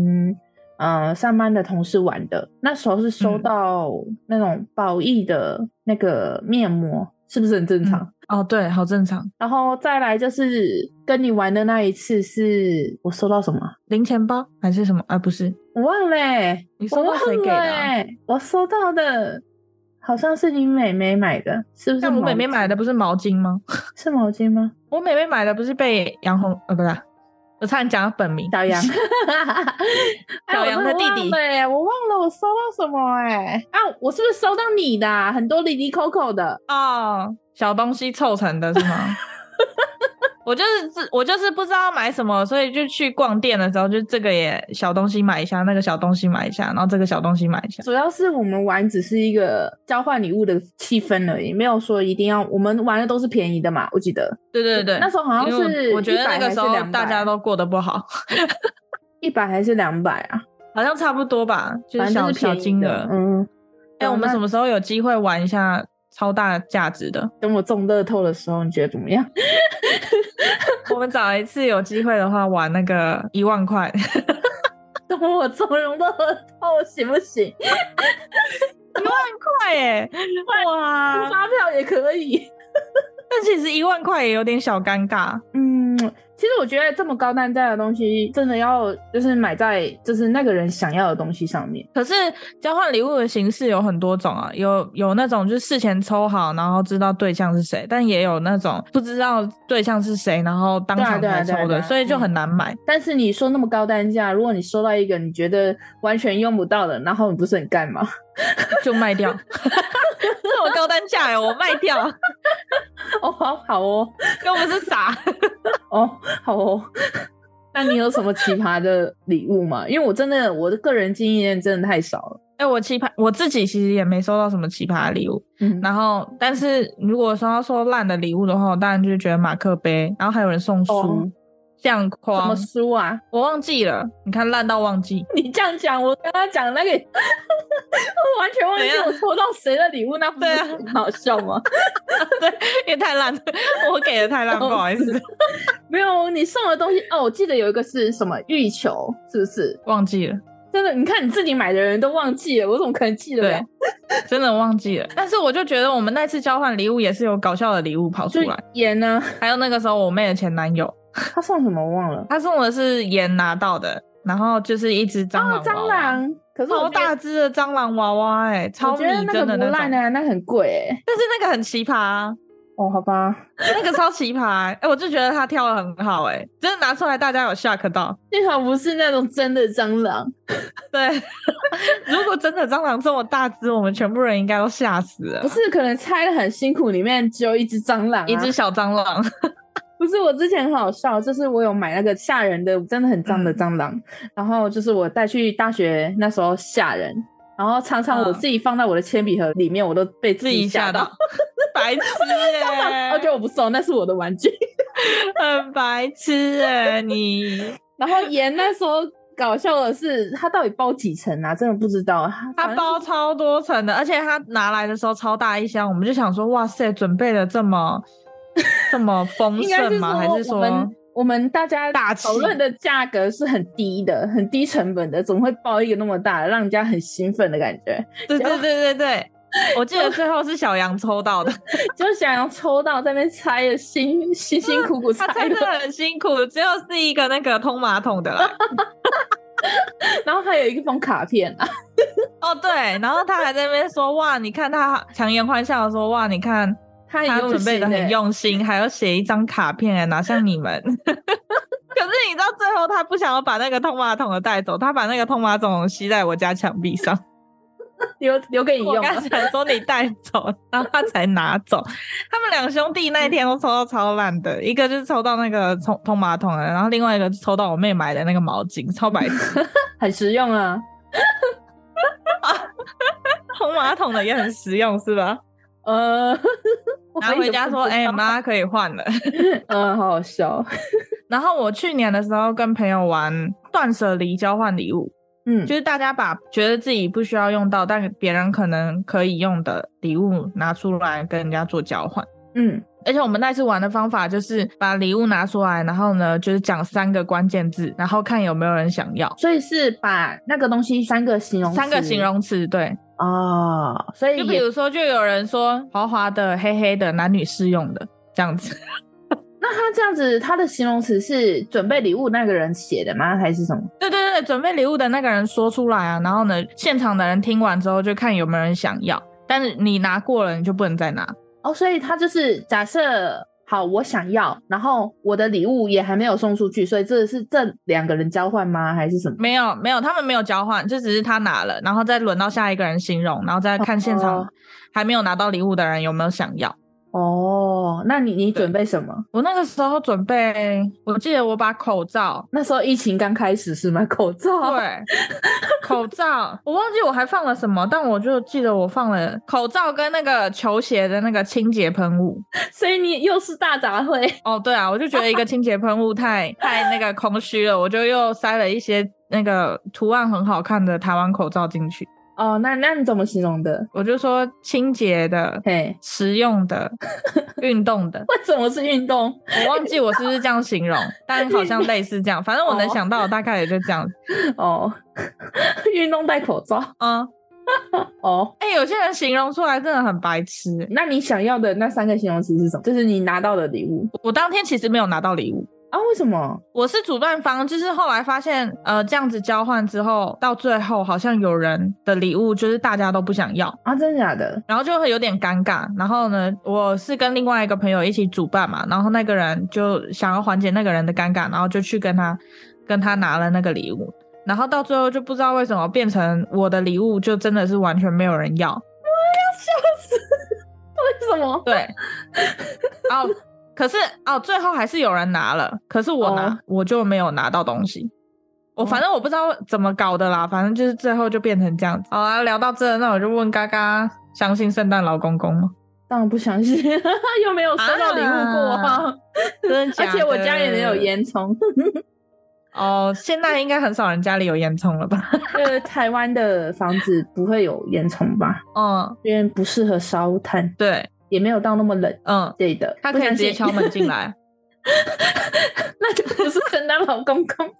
Speaker 2: 嗯、呃上班的同事玩的。那时候是收
Speaker 3: 嗯
Speaker 2: 到那种宝益的那个面膜，是不是很正常？
Speaker 3: 哦，对，好正常。
Speaker 2: 然后再来就是跟你玩的那一次是我收到什么啊？
Speaker 3: 零钱包还是什么？啊，不是，
Speaker 2: 我忘了、欸，
Speaker 3: 你收到谁给的
Speaker 2: 我忘了
Speaker 3: 啊
Speaker 2: 欸我收到的好像是你妹妹买的，是不是
Speaker 3: 像
Speaker 2: 毛巾？
Speaker 3: 我妹妹买的不是毛巾吗？
Speaker 2: 是毛巾吗？
Speaker 3: 我妹妹买的不是被杨红呃，不是啊，我差点讲到本 名
Speaker 2: 小杨，哎
Speaker 3: 小杨的弟弟
Speaker 2: 我真忘了欸我忘了我收到什么哎、啊，我是不是收到你的啊、很多里里扣扣的？
Speaker 3: 哦，小东西凑成的是吗？ 我就是自我就是不知道买什么，所以就去逛店的时候，就这个也小东西买一下，那个小东西买一下，然后这个小东西买一下。
Speaker 2: 主要是我们玩只是一个交换礼物的气氛而已，没有说一定要我们玩的都是便宜的嘛，我记得
Speaker 3: 对对对，
Speaker 2: 那时候好像
Speaker 3: 因为
Speaker 2: 是
Speaker 3: 我我觉得
Speaker 2: 100
Speaker 3: 那个时候
Speaker 2: 还是200
Speaker 3: 大家都过得不好，
Speaker 2: 一百还是两百啊，
Speaker 3: 好像差不多吧，就
Speaker 2: 反
Speaker 3: 是
Speaker 2: 正
Speaker 3: 小
Speaker 2: 就是
Speaker 3: 小
Speaker 2: 便宜
Speaker 3: 金
Speaker 2: 的
Speaker 3: 额。
Speaker 2: 嗯，
Speaker 3: 哎、我们
Speaker 2: 那
Speaker 3: 什么时候有机会玩一下超大价值的？
Speaker 2: 等我中乐透的时候，你觉得怎么样？
Speaker 3: 我们找一次有机会的话，玩那个一万块。
Speaker 2: 等我中乐透行不行？
Speaker 3: 快耶、哇！
Speaker 2: 发票也可以。
Speaker 3: 但其实一万块也有点小尴尬。
Speaker 2: 嗯，其实我觉得这么高单价的东西，真的要就是买在就是那个人想要的东西上面。
Speaker 3: 可是交换礼物的形式有很多种啊，有有那种就是事前抽好，然后知道对象是谁，但也有那种不知道对象是谁，然后当场
Speaker 2: 对啊对
Speaker 3: 才
Speaker 2: 啊对啊
Speaker 3: 抽
Speaker 2: 对啊
Speaker 3: 的，所以就很难买。
Speaker 2: 但是你说那么高单价，如果你收到一个你觉得完全用不到的，然后你不是很干嘛？
Speaker 3: 就卖掉。 这么高单价耶，我卖掉，
Speaker 2: 哦，好好哦，
Speaker 3: 又不是傻。
Speaker 2: 哦，好哦。那你有什么奇葩的礼物吗？因为我真的我的个人经验真的太少了。
Speaker 3: 哎、我奇葩，我自己其实也没收到什么奇葩的礼物。
Speaker 2: 嗯，
Speaker 3: 然后，但是如果说要说烂的礼物的话，我当然就是觉得马克杯，然后还有人送书、
Speaker 2: 哦
Speaker 3: 相
Speaker 2: 什么
Speaker 3: 框，
Speaker 2: 书啊？
Speaker 3: 我忘记了。你看烂到忘记，
Speaker 2: 你这样讲，我刚刚讲那个， 我完全忘记
Speaker 3: 怎样
Speaker 2: 我抽到谁的礼物，那不是
Speaker 3: 啊对啊
Speaker 2: 很好笑吗？
Speaker 3: 也太烂了，我给的 太烂，不好意思，
Speaker 2: 哦没有，你送的东西哦，我记得有一个是什么浴球，是不是？
Speaker 3: 忘记了。
Speaker 2: 真的，你看你自己买的人都忘记了，我怎么可能记得
Speaker 3: 对
Speaker 2: 了？，
Speaker 3: 真的忘记了。但是我就觉得我们那次交换礼物也是有搞笑的礼物跑出
Speaker 2: 就
Speaker 3: 来，
Speaker 2: 盐呢、
Speaker 3: 还有那个时候我妹的前男友，
Speaker 2: 他送什么我忘了。
Speaker 3: 他送的是盐拿到的，然后就是一只蟑螂、
Speaker 2: 哦，蟑，螂，可是
Speaker 3: 超
Speaker 2: 我觉得
Speaker 3: 大只的蟑螂娃娃、哎，超
Speaker 2: 我
Speaker 3: 拟
Speaker 2: 觉得
Speaker 3: 真
Speaker 2: 那
Speaker 3: 的
Speaker 2: 个不
Speaker 3: 那种，
Speaker 2: 烂啊，那很贵哎、
Speaker 3: 但是那个很奇葩、啊。
Speaker 2: 哦，好吧，
Speaker 3: 那个超奇葩、欸，哎、我就觉得他跳的很好、欸，哎，真的拿出来大家有 shock 到。
Speaker 2: 幸好不是那种真的蟑螂。
Speaker 3: 对， 如果真的蟑螂这么大只，我们全部人应该都吓死了
Speaker 2: 不。是，可能拆的很辛苦，里面只有一只蟑螂、
Speaker 3: 啊
Speaker 2: 啊，
Speaker 3: 一只小蟑螂，
Speaker 2: 啊不是，我之前很好笑，就是我有买那个吓人的，真的很脏
Speaker 3: 嗯
Speaker 2: 的蟑螂，然后就是我带去大学那时候吓人，然后常常我
Speaker 3: 嗯
Speaker 2: 自己放在我的铅笔盒里面，我都被
Speaker 3: 自
Speaker 2: 自
Speaker 3: 己
Speaker 2: 己吓
Speaker 3: 吓
Speaker 2: 到哦
Speaker 3: 到。，白 痴哎、
Speaker 2: 而且我不送，那是我的玩具。
Speaker 3: 很白痴哎、 你
Speaker 2: 然后盐那时候搞笑的是，它到底包几层啊？真的不知道。它
Speaker 3: 他包超多层的，而且他拿来的时候超大一箱，我们就想说，哇塞，准备的这 么这么丰
Speaker 2: 应该
Speaker 3: 盛
Speaker 2: 是
Speaker 3: 吗？还是
Speaker 2: 我们
Speaker 3: 说
Speaker 2: 我们大家
Speaker 3: 大气
Speaker 2: 讨论的价格是很低的，很低成本的，怎么会包一个那么大，让人家很兴奋的感觉？
Speaker 3: 对对对对对，我记得最后是小杨抽到的。
Speaker 2: 就想要抽到在那边拆的，辛辛辛苦苦拆
Speaker 3: 他猜
Speaker 2: 的
Speaker 3: 真，的很辛苦，只有是一个那个通马桶的 啦。
Speaker 2: 然后还有一封卡片 啊，
Speaker 3: 哦，对，然后他还在那边说哇，你看他强颜欢笑的说哇，你看
Speaker 2: 他
Speaker 3: 他
Speaker 2: 也
Speaker 3: 准备的
Speaker 2: 欸
Speaker 3: 很，用心，还要写一张卡片来拿向你们。 可是你知道最后他不想要把那个通马桶的带走，他把那个通马桶吸在我家墙壁上。
Speaker 2: 留留给你
Speaker 3: 我
Speaker 2: 用
Speaker 3: 刚
Speaker 2: 啊。
Speaker 3: 想说你带走， 然后他才拿走。他们两兄弟那一天都抽到超烂的，一个就是抽到那个通通马桶的，然后另外一个就抽到我妹买的那个毛巾，超白痴。
Speaker 2: 很实用啊。
Speaker 3: 通马桶的也很实用，是吧？
Speaker 2: 呃， 我
Speaker 3: 拿回家说：“哎、
Speaker 2: 也不知道，
Speaker 3: 妈可以换了。
Speaker 2: 嗯，好好笑，”
Speaker 3: 然后我去年的时候跟朋友玩断舍离交换礼物，
Speaker 2: 嗯，
Speaker 3: 就是大家把觉得自己不需要用到，但别人可能可以用的礼物拿出来跟人家做交换。
Speaker 2: 嗯，
Speaker 3: 而且我们那次玩的方法就是把礼物拿出来，然后呢就是讲三个关键字，然后看有没有人想要。
Speaker 2: 所以是把那个东西三个形容词
Speaker 3: 三个形容词，对，
Speaker 2: 哦，所以
Speaker 3: 就比
Speaker 2: 也
Speaker 3: 如说，就有人说滑滑的、黑黑的，男女适用的这样子。
Speaker 2: 那他这样子，他的形容词是准备礼物那个人写的吗？还是什么？
Speaker 3: 对对对，准备礼物的那个人说出来啊，然后呢，现场的人听完之后就看有没有人想要，但是你拿过了，你就不能再拿。
Speaker 2: 哦，所以他就是假设好，我想要，然后我的礼物也还没有送出去，所以这是这两个人交换吗？还是什么？
Speaker 3: 没有没有，他们没有交换，就只是他拿了，然后再轮到下一个人形容，然后再看现场
Speaker 2: 哦
Speaker 3: 还没有拿到礼物的人有没有想要。
Speaker 2: 哦，那你你准备什么？
Speaker 3: 我那个时候准备，我记得我把口罩，
Speaker 2: 那时候疫情刚开始是吗？ 口罩？，
Speaker 3: 对，口罩，我忘记我还放了什么，但我就记得我放了口罩跟那个球鞋的那个清洁喷雾。
Speaker 2: 所以你又是大杂烩。
Speaker 3: 哦，对啊，我就觉得一个清洁喷雾 太太那个空虚了，我就又塞了一些那个图案很好看的台湾口罩进去。
Speaker 2: 哦，那那你怎么形容的？
Speaker 3: 我就说清洁的、
Speaker 2: 嘿，
Speaker 3: 实用的、 运动的，
Speaker 2: 为什么是运动？
Speaker 3: 我忘记我是不是这样形 容，但好像类似这样。反正我能
Speaker 2: 哦
Speaker 3: 想到的大概也就这样。
Speaker 2: 哦， 运动戴口罩。
Speaker 3: 嗯，
Speaker 2: 哦，
Speaker 3: 哎、有些人形容出来真的很白痴、
Speaker 2: 那你想要的那三个形容词是什么？就是你拿到的礼物
Speaker 3: 我当天其实没有拿到礼物。
Speaker 2: 啊？为什么？
Speaker 3: 我是主办方，就是后来发现，呃，这样子交换之后，到最后好像有人的礼物就是大家都不想要，
Speaker 2: 啊，真的假的？
Speaker 3: 然后就会有点尴尬。然后呢，我是跟另外一个朋友一起主办嘛，然后那个人就想要缓解那个人的尴尬，然后就去跟他跟他拿了那个礼物，然后到最后就不知道为什么变成我的礼物就真的是完全没有人要，
Speaker 2: 为什么？
Speaker 3: 对，哦，可是哦，最后还是有人拿了，可是我拿、
Speaker 2: 哦
Speaker 3: 我就没有拿到东西。我反正我不知道怎么搞的啦，反正就是最后就变成这样子。好啊，聊到这，那我就问嘎嘎，相信圣诞老公公吗？
Speaker 2: 当然不相信， 又没有收到礼物过、
Speaker 3: 啊 真的假的
Speaker 2: 而且我家里也有烟囱，
Speaker 3: 哦，现在应该很少人家里有烟囱了吧？
Speaker 2: 呃，台湾的房子不会有烟囱吧？
Speaker 3: 嗯，
Speaker 2: 因为不适合烧炭，
Speaker 3: 对，
Speaker 2: 也没有到那么冷，
Speaker 3: 嗯，
Speaker 2: 对的。
Speaker 3: 他可以直接
Speaker 2: 不相
Speaker 3: 敲
Speaker 2: 信，
Speaker 3: 门进 来。
Speaker 2: 那就不是圣诞老公公。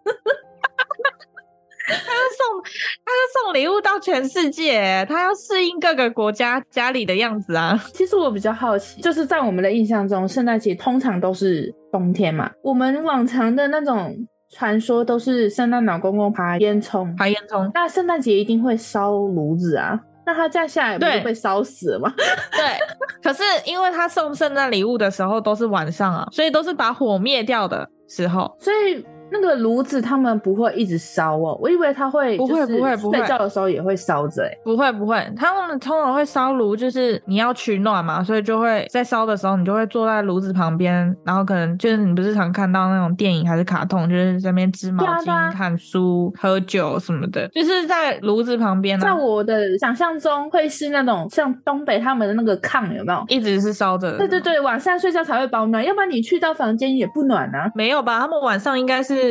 Speaker 3: 他要送，他要送礼物到全世界，他要适应各个国家家里的样子啊。
Speaker 2: 其实我比较好奇，就是在我们的印象中，圣诞节通常都是冬天嘛。我们往常的那种传说都是圣诞老公公爬烟囱，
Speaker 3: 排烟囱，
Speaker 2: 那圣诞节一定会烧炉子啊。那他这样下来不
Speaker 3: 对
Speaker 2: 就被烧死了吗？
Speaker 3: 对，可是因为他送圣诞礼物的时候都是晚上啊，所以都是把火灭掉的时候。
Speaker 2: 所以那个炉子他们不会一直烧哦，我以为他会
Speaker 3: 不会
Speaker 2: 就是
Speaker 3: 不会不会
Speaker 2: 睡觉的时候也会烧着、欸。
Speaker 3: 不会不会，他们通常会烧炉，就是你要取暖嘛，所以就会在烧的时候，你就会坐在炉子旁边，然后可能就是你不是常看到那种电影还是卡通，就是在那边织毛
Speaker 2: 对啊
Speaker 3: 巾、
Speaker 2: 对啊
Speaker 3: 看书、喝酒什么的，就是在炉子旁边
Speaker 2: 在
Speaker 3: 啊，
Speaker 2: 我的想象中，会是那种像东北他们的那个炕，有没有？
Speaker 3: 一直是烧着。
Speaker 2: 对对，对，晚上睡觉才会保暖，要不然你去到房间也不暖啊。
Speaker 3: 没有吧？他们晚上应该是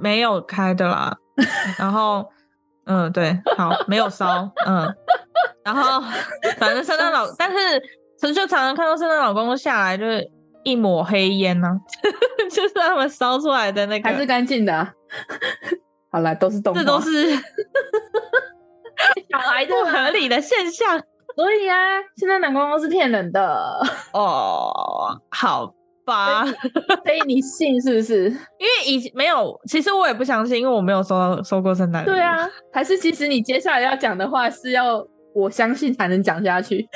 Speaker 3: 没有开的 啦。然后，嗯，对，好，没有烧，嗯。然后，反正圣诞 老，但是陈秀常常看到圣诞老公公下来就是一抹黑烟呢、 就是他们烧出来的那个，
Speaker 2: 还是干净的、啊。 好啦，都是动画，
Speaker 3: 这都是
Speaker 2: 小孩的
Speaker 3: 不
Speaker 2: 嘛，
Speaker 3: 合理的现象
Speaker 2: 所以啊，现在男公公是骗人 的，
Speaker 3: 哦。好吧，
Speaker 2: 所以你信是不是？
Speaker 3: 因为以前没有，其实我也不相信，因为我没有收到收过圣诞礼物。
Speaker 2: 对啊，还是其实你接下来要讲的话是要我相信才能讲下去。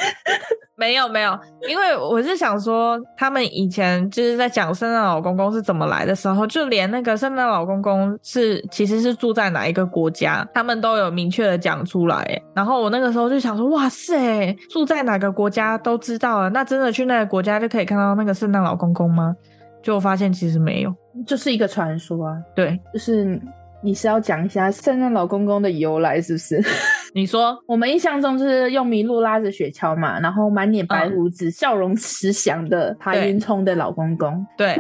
Speaker 3: 没有没有，因为我是想说，他们以前就是在讲圣诞老公公是怎么来的时候，就连那个圣诞老公公是其实是住在哪一个国家，他们都有明确的讲出来耶。然后我那个时候就想说，哇塞，住在哪个国家都知道了，那真的去那个国家就可以看到那个圣诞老公公吗？就我发现其实没有，
Speaker 2: 就是一个传说啊，
Speaker 3: 对
Speaker 2: 就是你是要讲一下圣诞老公公的由来是不是？
Speaker 3: 你说，
Speaker 2: 我们印象中就是用麋鹿拉着雪橇嘛，然后满脸白胡子、笑容慈祥的
Speaker 3: 嗯
Speaker 2: 爬
Speaker 3: 对
Speaker 2: 云冲的老公公，
Speaker 3: 对，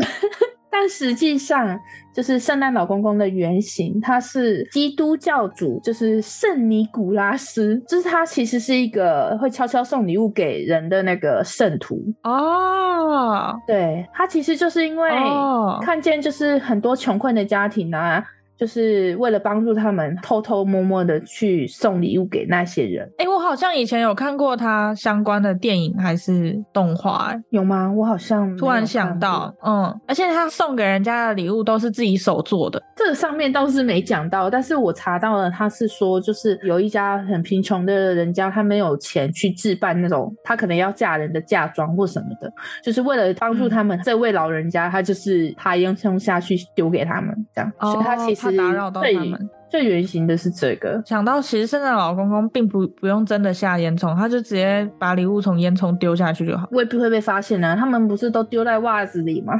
Speaker 2: 但实际上，就是圣诞老公公的原型，他是基督教主，就是圣尼古拉斯，就是他其实是一个会悄悄送礼物给人的那个圣徒。
Speaker 3: 哦，
Speaker 2: 对他其实就是因为
Speaker 3: 哦
Speaker 2: 看见就是很多穷困的家庭啊，就是为了帮助他们，偷偷摸摸的去送礼物给那些人，
Speaker 3: 哎、我好像以前有看过他相关的电影还是动画、诶
Speaker 2: 有吗？我好像没有
Speaker 3: 突然想
Speaker 2: 看
Speaker 3: 到
Speaker 2: 过，
Speaker 3: 嗯，而且他送给人家的礼物都是自己手做的，
Speaker 2: 这个上面倒是没讲到，但是我查到了，他是说就是有一家很贫穷的人家，他没有钱去置办那种他可能要嫁人的嫁妆或什么的，就是为了帮助他们、这位老人家，他就是他用用下去丢给他们这样，
Speaker 3: 哦
Speaker 2: 所以他其实
Speaker 3: 怕打扰到他们
Speaker 2: 最最原型的是这个，
Speaker 3: 想到其实圣诞老公公并不不用真的下烟囱，他就直接把礼物从烟囱丢下去就好。
Speaker 2: 未必会被发现啊，他们不是都丢在袜子里吗？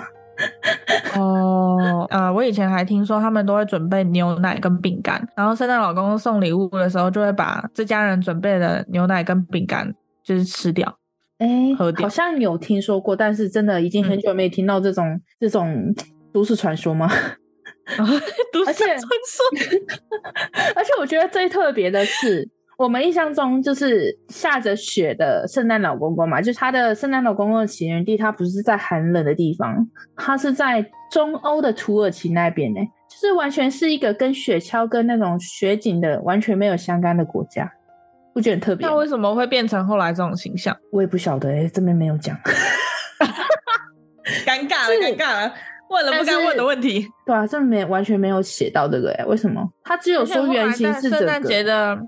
Speaker 3: 哦，呃，我以前还听说他们都会准备牛奶跟饼干，然后圣诞老公公送礼物的时候就会把这家人准备的牛奶跟饼干就是吃掉。
Speaker 2: 哎、
Speaker 3: 喝掉嗯
Speaker 2: 好像有听说过，但是真的已经很久没听到这种、这种都市传说吗？
Speaker 3: 都
Speaker 2: 而
Speaker 3: 市
Speaker 2: 且
Speaker 3: 传说，
Speaker 2: 而且我觉得最特别的是，我们印象中就是下着雪的圣诞老公公嘛，就是他的圣诞老公公的起源地，他不是在寒冷的地方，他是在中欧的土耳其那边呢、就是完全是一个跟雪橇跟那种雪景的完全没有相干的国家，不觉得很特别吗
Speaker 3: 那？为什么会变成后来这种形象？
Speaker 2: 我也不晓得、欸，这边没有讲。
Speaker 3: 尴尬了，尴尬了，问了不该问的问题。
Speaker 2: 对啊，这没完全没有写到这个哎、为什么？他只有说原型是这个。
Speaker 3: 圣诞节的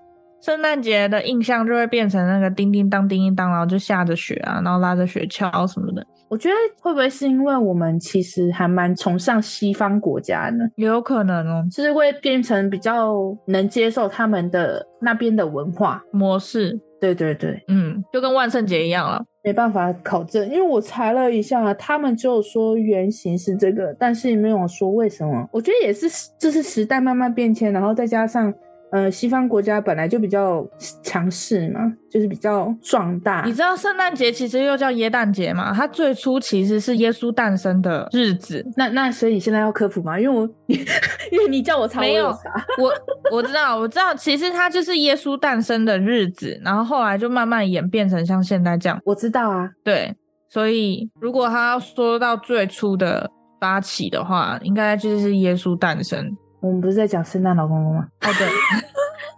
Speaker 3: 圣诞节的印象就会变成那个叮叮当叮叮当，然后就下着雪啊，然后拉着雪橇什么的，
Speaker 2: 我觉得会不会是因为我们其实还蛮崇尚西方国家呢？
Speaker 3: 也有可能哦。
Speaker 2: 就是会变成比较能接受他们的那边的文化。
Speaker 3: 模式，
Speaker 2: 对对对，
Speaker 3: 嗯，就跟万圣节一样了。
Speaker 2: 没办法考证，因为我查了一下，他们只有说原型是这个，但是没有说为什么。我觉得也是，就是时代慢慢变迁，然后再加上呃，西方国家本来就比较强势嘛，就是比较壮大。
Speaker 3: 你知道圣诞节其实又叫耶诞节嘛？它最初其实是耶稣诞生的日子。
Speaker 2: 那那所以你现在要科普吗？因为我 因为你叫我查，
Speaker 3: 没有
Speaker 2: 我查。
Speaker 3: 我我知道，我知道，其实它就是耶稣诞生的日子，然后后来就慢慢演变成像现在这样。
Speaker 2: 我知道啊，
Speaker 3: 对，所以如果他要说到最初的发起的话，应该就是耶稣诞生。
Speaker 2: 我们不是在讲圣诞老公公吗？
Speaker 3: 哦，对，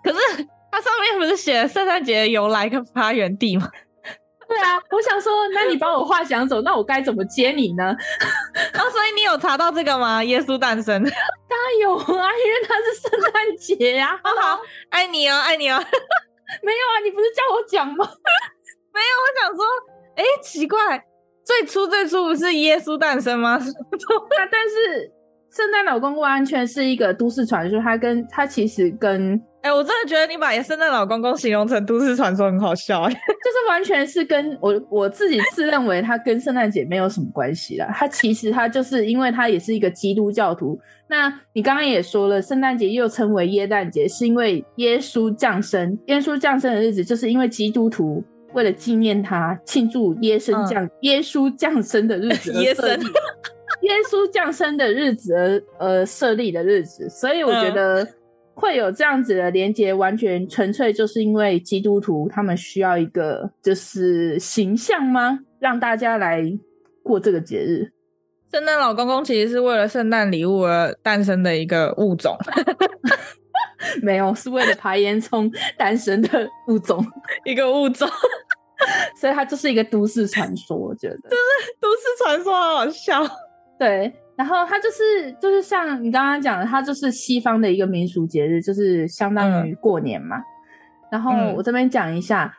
Speaker 3: 可是它上面不是写了圣诞节的由来跟发源地吗？
Speaker 2: 对啊，我想说，那你把我话讲走，那我该怎么接你呢？
Speaker 3: 然哦后所以你有查到这个吗？耶稣诞生，
Speaker 2: 当然有啊，因为它是圣诞节呀、啊。
Speaker 3: 好，爱你哦，爱你哦。
Speaker 2: 没有啊，你不是叫我讲吗？
Speaker 3: 我想说，哎，奇怪，最初最初不是耶稣诞生吗？
Speaker 2: 那但是圣诞老公公完全是一个都市传说，它跟它其实跟
Speaker 3: 哎，我真的觉得你把圣诞老公公形容成都市传说很好笑哎。
Speaker 2: 就是完全是跟我我自己自认为它跟圣诞节没有什么关系啦。它其实它就是因为它也是一个基督教徒。那你刚刚也说了，圣诞节又称为耶诞节，是因为耶稣降生。耶稣降生的日子，就是因为基督徒为了纪念他，庆祝耶生降、耶稣降生的日子而
Speaker 3: 嗯耶
Speaker 2: 设立
Speaker 3: 生
Speaker 2: 耶稣降生的日子而而设立的日子，所以我觉
Speaker 3: 嗯
Speaker 2: 得会有这样子的连接，完全纯粹就是因为基督徒他们需要一个就是形象吗？让大家来过这个节日。
Speaker 3: 圣诞老公公其实是为了圣诞礼物而诞生的一个物种。
Speaker 2: 没有，是为了排烟囱诞生的物种，
Speaker 3: 一个物种，
Speaker 2: 所以它就是一个都市传说。我觉得，
Speaker 3: 都市传说，好好笑。
Speaker 2: 对，然后它就是就是像你刚刚讲的，它就是西方的一个民俗节日，就是相当于过年嘛。然后
Speaker 3: 嗯
Speaker 2: 我这边讲一下，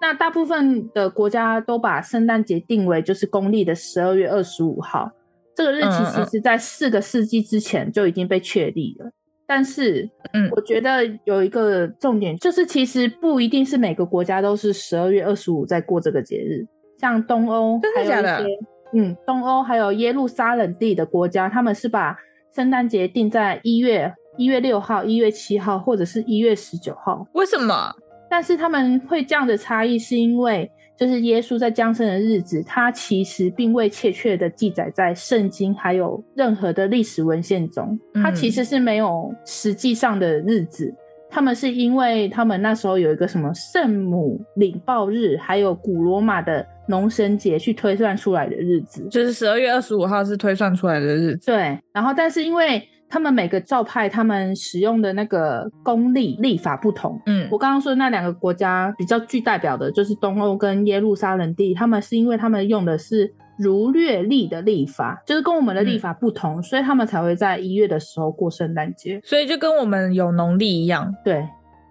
Speaker 2: 那大部分的国家都把圣诞节定为就是公历的十二月二十五号，这个日期
Speaker 3: 嗯嗯
Speaker 2: 其实在四个世纪之前就已经被确立了。但是，
Speaker 3: 嗯
Speaker 2: 我觉得有一个重点就是，其实不一定是每个国家都是十二月二十五在过这个节日，像东欧
Speaker 3: 真的
Speaker 2: 还有一
Speaker 3: 假的
Speaker 2: 些嗯，东欧还有耶路撒冷地的国家，他们是把圣诞节定在一月一月六号、一月七号或者是一月十九号。
Speaker 3: 为什么？
Speaker 2: 但是他们会这样的差异，是因为就是耶稣在降生的日子，它其实并未确切的记载在圣经还有任何的历史文献中，它
Speaker 3: 嗯
Speaker 2: 其实是没有实际上的日子。他们是因为他们那时候有一个什么圣母领报日，还有古罗马的农神节去推算出来的日子。
Speaker 3: 就是十二月二十五号是推算出来的日子。
Speaker 2: 对，然后但是因为他们每个教派他们使用的那个公历历法不同，
Speaker 3: 嗯
Speaker 2: 我刚刚说的那两个国家比较具代表的就是东欧跟耶路撒冷地，他们是因为他们用的是儒略历的历法，就是跟我们的
Speaker 3: 嗯
Speaker 2: 历法不同，所以他们才会在一月的时候过圣诞节。
Speaker 3: 所以就跟我们有农历一样，
Speaker 2: 对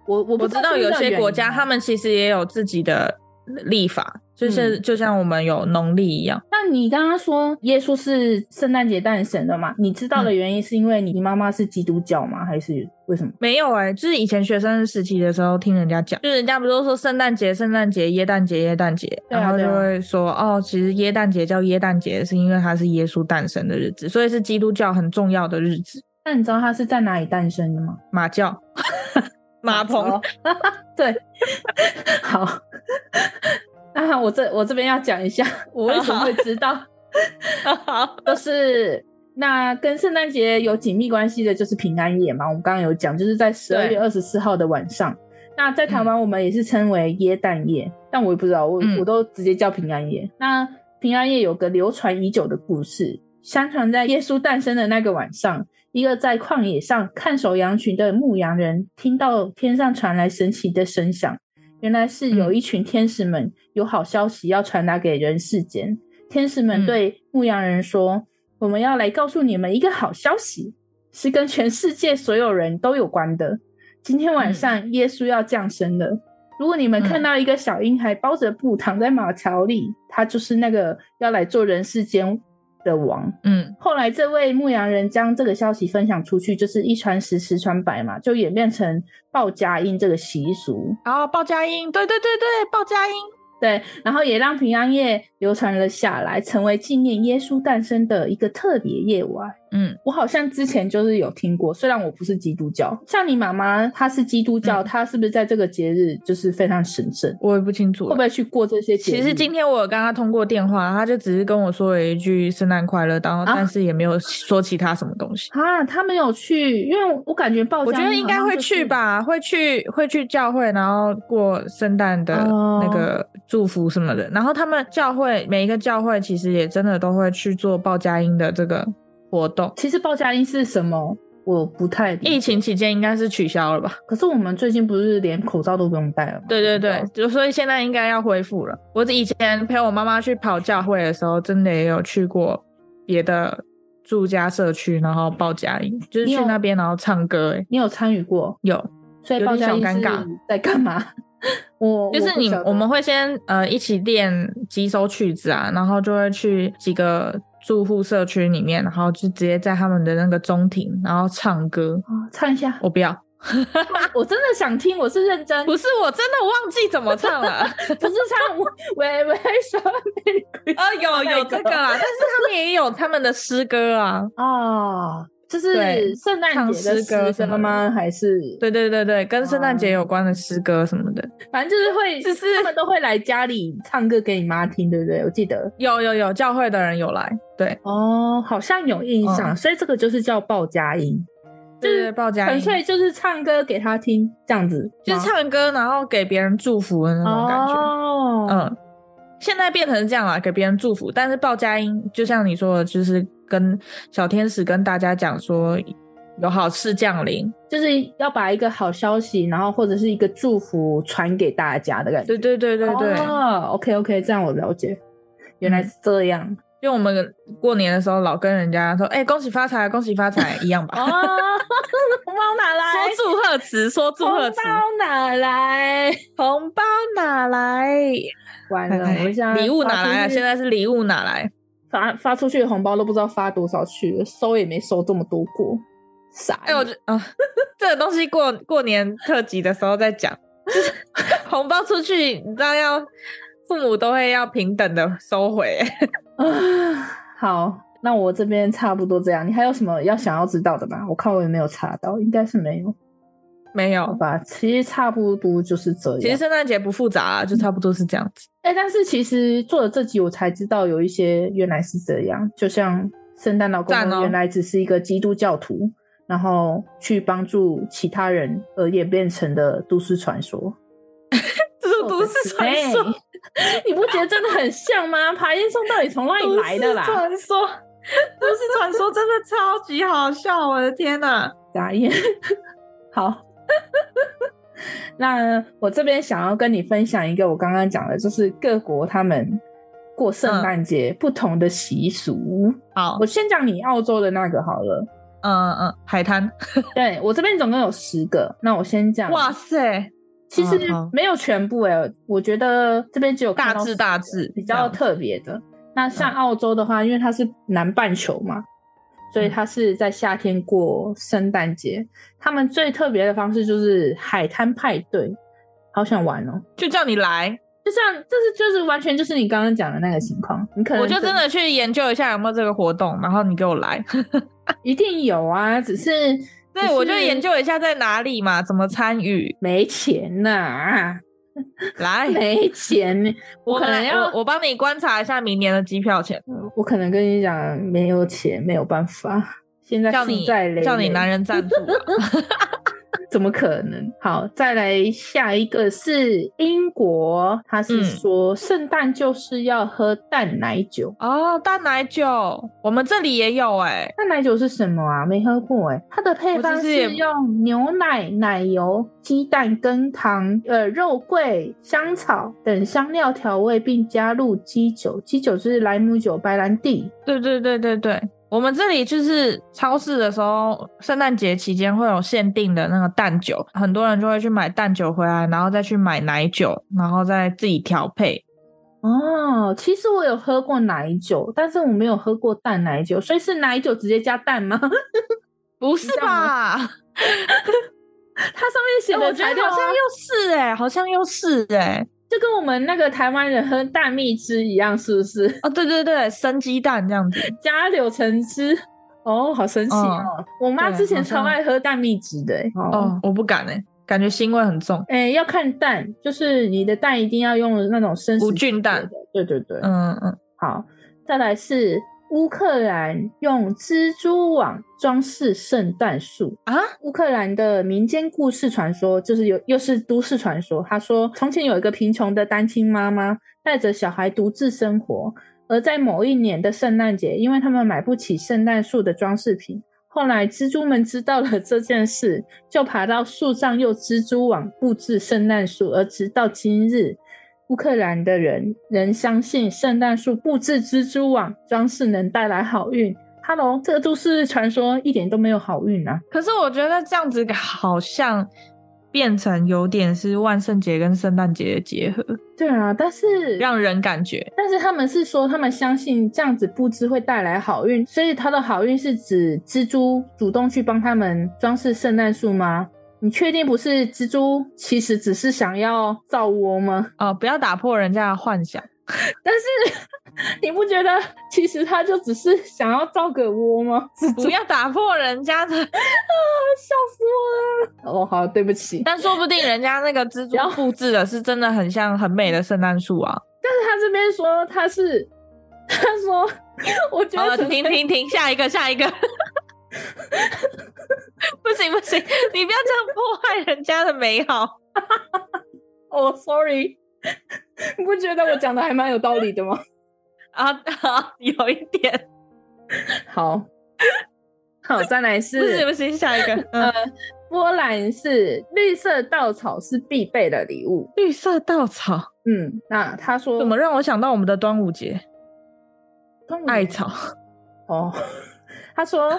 Speaker 2: 我，我不
Speaker 3: 我知道有些国家他
Speaker 2: 们，
Speaker 3: 们其实也有自己的历法，就是、就像我们有农历一样。
Speaker 2: 那你刚刚说耶稣是圣诞节诞生的嘛？你知道的
Speaker 3: 嗯
Speaker 2: 原因是因为你妈妈是基督教吗？还是为什么？
Speaker 3: 没有哎、就是以前学生时期的时候听人家讲，就是人家不都说圣诞节、圣诞节、耶诞节、耶诞节，
Speaker 2: 对啊
Speaker 3: 然后就
Speaker 2: 对啊
Speaker 3: 会说哦，其实耶诞节叫耶诞节，是因为它是耶稣诞生的日子，所以是基督教很重要的日子，
Speaker 2: 那你知道他是在哪里诞生的吗？
Speaker 3: 马教。马棚，
Speaker 2: 对，好。 那我这我这边要讲一下，我为什么会知道，
Speaker 3: 好，
Speaker 2: 就是那跟圣诞节有紧密关系的，就是平安夜嘛。我们刚刚有讲，就是在十二
Speaker 3: 对
Speaker 2: 月二十四号的晚上。那在台湾，我们也是称为耶诞夜，但我也不知道，我
Speaker 3: 嗯
Speaker 2: 我都直接叫平安夜。那平安夜有个流传已久的故事，相传在耶稣诞生的那个晚上，一个在旷野上看守羊群的牧羊人，听到天上传来神奇的声响，原来是有
Speaker 3: 嗯
Speaker 2: 一群天使们有好消息要传达给人世间。天使们
Speaker 3: 嗯
Speaker 2: 对牧羊人说：“我们要来告诉你们一个好消息，是跟全世界所有人都有关的。今天晚上耶稣要降生了。如果你们看到一个小婴孩包着布躺在马槽里，他就是那个要来做人世间的王。”
Speaker 3: 嗯，
Speaker 2: 后来，这位牧羊人将这个消息分享出去，就是一传十，十传百嘛，就演变成报佳音这个习俗。
Speaker 3: 然后报佳音，对对对对，报佳音，
Speaker 2: 对，然后也让平安夜流传了下来，成为纪念耶稣诞生的一个特别夜晚。
Speaker 3: 嗯，
Speaker 2: 我好像之前就是有听过，虽然我不是基督教，像你妈妈她是基督教，
Speaker 3: 嗯
Speaker 2: 她是不是在这个节日就是非常神圣？
Speaker 3: 我也不清楚
Speaker 2: 会不会去过这些节日？
Speaker 3: 其实今天我有跟他通过电话，他就只是跟我说了一句“圣诞快乐”，然后
Speaker 2: 啊
Speaker 3: 但是也没有说其他什么东西。
Speaker 2: 啊，他没有去，因为我感觉报
Speaker 3: 我觉
Speaker 2: 佳
Speaker 3: 得
Speaker 2: 音
Speaker 3: 应
Speaker 2: 好
Speaker 3: 该
Speaker 2: 像
Speaker 3: 会
Speaker 2: 就是
Speaker 3: 去。吧，会去会去教会，然后过圣诞的
Speaker 2: 哦
Speaker 3: 那个祝福什么的。然后他们教会每一个教会其实也真的都会去做报佳音的这个活动。
Speaker 2: 其实报佳音是什么？我不太理
Speaker 3: 疫
Speaker 2: 解
Speaker 3: 情期间应该是取消了吧？
Speaker 2: 可是我们最近不是连口罩都不用戴了吗？
Speaker 3: 对对对
Speaker 2: 口罩，
Speaker 3: 就所以现在应该要恢复了。我以前陪我妈妈去跑教会的时候，真的也有去过别的住家社区，然后报佳音，就是
Speaker 2: 你
Speaker 3: 去
Speaker 2: 有
Speaker 3: 那边然后唱歌、欸。
Speaker 2: 你有参与过？
Speaker 3: 有，
Speaker 2: 所以
Speaker 3: 有
Speaker 2: 报
Speaker 3: 点
Speaker 2: 佳音
Speaker 3: 小尴
Speaker 2: 是
Speaker 3: 尬
Speaker 2: 在干嘛？ 我
Speaker 3: 就是你哦我们
Speaker 2: 会
Speaker 3: 会先呃一起练几首曲子啊，然后就会去几个住户社区里面，然后就直接在他们的那个中庭，然后唱歌。
Speaker 2: 啊唱 一下，
Speaker 3: 我不要，
Speaker 2: 我真的想听，我是认真，
Speaker 3: 不是我真的忘记怎么唱 了。
Speaker 2: 不是唱我喂喂什么
Speaker 3: 哦， 有有这个啦，但是他们也有他们的诗歌啊。
Speaker 2: 啊？这
Speaker 3: 对
Speaker 2: 是圣诞
Speaker 3: 唱
Speaker 2: 节的
Speaker 3: 诗歌什
Speaker 2: 诗
Speaker 3: 么
Speaker 2: 歌
Speaker 3: 的
Speaker 2: 吗？还是
Speaker 3: 对对对对，跟圣诞节
Speaker 2: 哦
Speaker 3: 有关的诗歌什么的，
Speaker 2: 反正就是会，
Speaker 3: 就是
Speaker 2: 他们都会来家里唱歌给你妈听，对不对？我记得
Speaker 3: 有有有教会的人有来，对，
Speaker 2: 哦，好像有印象，
Speaker 3: 嗯
Speaker 2: 所以这个就是叫报佳音，就
Speaker 3: 对
Speaker 2: 是
Speaker 3: 对报佳
Speaker 2: 纯
Speaker 3: 音，
Speaker 2: 粹就是唱歌给她听这样子吗，
Speaker 3: 就是唱歌，然后给别人祝福的那种感觉，
Speaker 2: 哦，
Speaker 3: 嗯，现在变成这样了，给别人祝福，但是报佳音就像你说的，就是跟小天使跟大家讲说有好事降临，
Speaker 2: 就是要把一个好消息，然后或者是一个祝福传给大家的感觉。
Speaker 3: 对对对对对，
Speaker 2: 哦，OK OK，这样我了解，原来是这样。
Speaker 3: 因为我们过年的时候老跟人家说，哎、恭喜发财，恭喜发财一样吧，
Speaker 2: 哦， 红包哪来？
Speaker 3: 嗯 说祝贺词，说祝贺
Speaker 2: 红
Speaker 3: 词，
Speaker 2: 包哪来？
Speaker 3: 红包哪来？
Speaker 2: 完了，我现在
Speaker 3: 礼物哪
Speaker 2: 发出
Speaker 3: 来啊？
Speaker 2: 去
Speaker 3: 现在是礼物哪来？
Speaker 2: 发发出去的红包都不知道发多少去了，收也没收这么多过，傻
Speaker 3: 哎、
Speaker 2: 眼。
Speaker 3: 我觉啊， 这个东西过过年特辑的时候再讲。就是 红包出去，你知道要父母都会要平等的收回、
Speaker 2: 啊， 好，那我这边差不多这样。你还有什么要想要知道的吗？我看我也没有查到，应该是没有。
Speaker 3: 没
Speaker 2: 好
Speaker 3: 有。
Speaker 2: 吧，其实差不多就是这样。
Speaker 3: 其实圣诞节不复杂、啊，就差不多是这样子。
Speaker 2: 哎、但是其实做了这集，我才知道有一些原来是这样，就像圣诞老公
Speaker 3: 赞
Speaker 2: 公
Speaker 3: 哦
Speaker 2: 原来只是一个基督教徒，然后去帮助其他人而演变成的都市传说。
Speaker 3: 这是都市传 说，
Speaker 2: 对，你不觉得真的很像吗？ 爬烟囱到底从哪里来的
Speaker 3: 都市
Speaker 2: 啦？
Speaker 3: 传说，都市传说真的超级好笑，我的天呐！
Speaker 2: 眨眼， 好。那我这边想要跟你分享一个我刚刚讲的，就是各国他们过
Speaker 3: 嗯
Speaker 2: 圣诞节不同的习俗。
Speaker 3: 好
Speaker 2: 我，先讲你澳洲的那个好了。
Speaker 3: 嗯嗯，海滩，
Speaker 2: 对我这边总共有十个，那我先讲。
Speaker 3: 哇，塞，
Speaker 2: 其实
Speaker 3: 嗯好
Speaker 2: 没有全部哎、我觉得这边只有看
Speaker 3: 大
Speaker 2: 到
Speaker 3: 致
Speaker 2: 10
Speaker 3: 大
Speaker 2: 个
Speaker 3: 致
Speaker 2: 比
Speaker 3: 这
Speaker 2: 较
Speaker 3: 样子嗯
Speaker 2: 特别的。那像澳洲的话，因为它是南半球嘛，所以
Speaker 3: 嗯
Speaker 2: 它是在夏天过圣诞节。他们最特别的方式就是海滩派对，好想玩哦！
Speaker 3: 就叫你来，
Speaker 2: 就像这是就是完全就是你刚刚讲的那个情况，你可能
Speaker 3: 我就真的去研究一下有没有这个活动，然后你给我来。
Speaker 2: 一定有啊，只是
Speaker 3: 对，我就研究一下在哪里嘛，怎么参与。
Speaker 2: 没钱呐、
Speaker 3: 来，
Speaker 2: 没钱，
Speaker 3: 哎我
Speaker 2: 我可
Speaker 3: 们
Speaker 2: 能
Speaker 3: 来
Speaker 2: 要
Speaker 3: 我我帮你观察一下明年的机票钱，
Speaker 2: 我可能跟你讲，没有钱，没有办法。现在
Speaker 3: 叫
Speaker 2: 负
Speaker 3: 你
Speaker 2: 债累累，
Speaker 3: 叫你男人赞助啊。
Speaker 2: 怎么可能？好，再来下一个是英国，他是
Speaker 3: 嗯
Speaker 2: 说圣诞就是要喝淡奶酒。
Speaker 3: 哦，淡奶酒，我们这里也有哎、
Speaker 2: 淡奶酒是什么啊？没喝过哎、它的配
Speaker 3: 我
Speaker 2: 方
Speaker 3: 其实也
Speaker 2: 是用牛奶、奶油、鸡蛋跟糖、呃肉桂、香草等香料调味，并加入基酒。基酒是莱姆酒、白兰地。
Speaker 3: 对对对对对，我们这里就是超市的时候，圣诞节期间会有限定的那个蛋酒，很多人就会去买蛋酒回来，然后再去买奶酒，然后再自己调配。
Speaker 2: 哦，其实我有喝过奶酒，但是我没有喝过淡奶酒，所以是奶酒直接加蛋吗？
Speaker 3: 不是吧？
Speaker 2: 它上面写
Speaker 3: 哎我
Speaker 2: 的
Speaker 3: 觉
Speaker 2: 材
Speaker 3: 得
Speaker 2: 料、啊
Speaker 3: 好像又是哎、好像又是哎、
Speaker 2: 就跟我们那个台湾人喝蛋蜜汁一样，是 不是？
Speaker 3: 哦，对对对，生鸡蛋这样子。
Speaker 2: 加柳橙汁。哦，好神奇哦！我妈
Speaker 3: 对
Speaker 2: 之前
Speaker 3: 好
Speaker 2: 超
Speaker 3: 像
Speaker 2: 爱喝蛋蜜汁的、欸，
Speaker 3: 哦，我不敢哎、感觉腥味很重。
Speaker 2: 哎、要看蛋，就是你的蛋一定要用那种生食
Speaker 3: 无菌蛋
Speaker 2: 的，对对对，
Speaker 3: 嗯嗯，
Speaker 2: 好，再来是乌克兰用蜘蛛网装饰圣诞树
Speaker 3: 啊！
Speaker 2: 乌克兰的民间故事传说就是有，又是都市传说。他说，从前有一个贫穷的单亲妈妈带着小孩独自生活，而在某一年的圣诞节，因为他们买不起圣诞树的装饰品。后来，蜘蛛们知道了这件事，就爬到树上用蜘蛛网布置圣诞树，而直到今日，乌克兰的人仍相信圣诞树布置蜘蛛网装饰能带来好运。Hello，这个都市传说一点都没有好运啊！
Speaker 3: 可是我觉得这样子好像变成有点是万圣节跟圣诞节的结合，
Speaker 2: 对啊，但是
Speaker 3: 让人感觉
Speaker 2: 但是他们是说他们相信这样子布置会带来好运，所以他的好运是指蜘蛛主动去帮他们装饰圣诞树吗？你确定不是蜘蛛其实只是想要造窝吗？
Speaker 3: 哦、不要打破人家的幻 想。
Speaker 2: 但是 你不觉得其实它就只是想要造个窝吗？
Speaker 3: 不要打破人家的，
Speaker 2: 笑死我了！哦，好，对不起。
Speaker 3: 但说不定人家那个蜘蛛布置的是真的很像很美的圣诞树啊！
Speaker 2: 他这边说他是，他说， 我觉
Speaker 3: 好
Speaker 2: 得
Speaker 3: 了，
Speaker 2: 只是
Speaker 3: 停停停，下一个下一个， 不行不行，你不要这样破坏人家的美好。
Speaker 2: 哦，sorry，你不觉得我讲的还蛮有道理的吗？
Speaker 3: 啊啊，有一点，
Speaker 2: 好，好，再来
Speaker 3: 不行
Speaker 2: 是
Speaker 3: 不行，下一个，嗯，
Speaker 2: 波兰是绿色稻草是必备的礼物。
Speaker 3: 绿色稻草
Speaker 2: 嗯，那他说
Speaker 3: 怎么让我想到我们的端午节
Speaker 2: 端午
Speaker 3: 艾草？
Speaker 2: 哦， 他说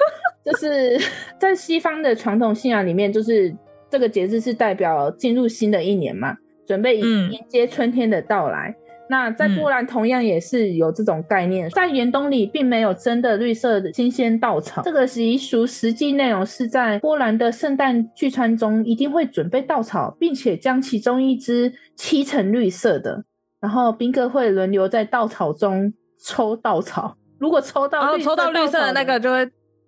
Speaker 2: 就是 在西方的传统信仰里面，就是这个节日是代表进入新的一年嘛，准备迎
Speaker 3: 嗯
Speaker 2: 迎接春天的到来。那在
Speaker 3: 嗯
Speaker 2: 波兰同样也是有这种概念，在严冬里并没有真的绿色的新鲜稻草。这个习俗实际内容是在波兰的圣诞聚餐中一定会准备稻草，并且将其中一支漆成绿色的，然后宾客会轮流在稻草中抽稻草。如果抽
Speaker 3: 然
Speaker 2: 到
Speaker 3: 后
Speaker 2: 绿色
Speaker 3: 抽到哦绿色的那个就会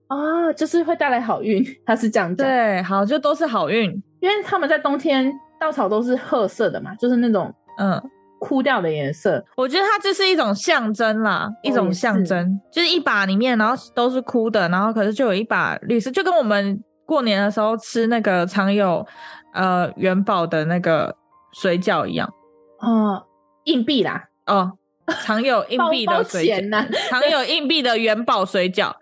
Speaker 2: 啊、哦就是会带来好运，他是这样讲。
Speaker 3: 对，好，就都是好运。
Speaker 2: 因为他们在冬天稻草都是褐色的嘛，就是那种
Speaker 3: 嗯，
Speaker 2: 枯掉的颜色。
Speaker 3: 我觉得它就是一种象征啦，一种象征，就是一把里面然后都是枯的，然后可是就有一把绿色，就跟我们过年的时候吃那个常有呃元宝的那个水饺一样
Speaker 2: 哦，硬币啦，
Speaker 3: 哦。常有 硬币
Speaker 2: 包
Speaker 3: 的
Speaker 2: 包
Speaker 3: 水
Speaker 2: 钱
Speaker 3: 饺，
Speaker 2: 呐、
Speaker 3: 常有硬币的元宝水饺，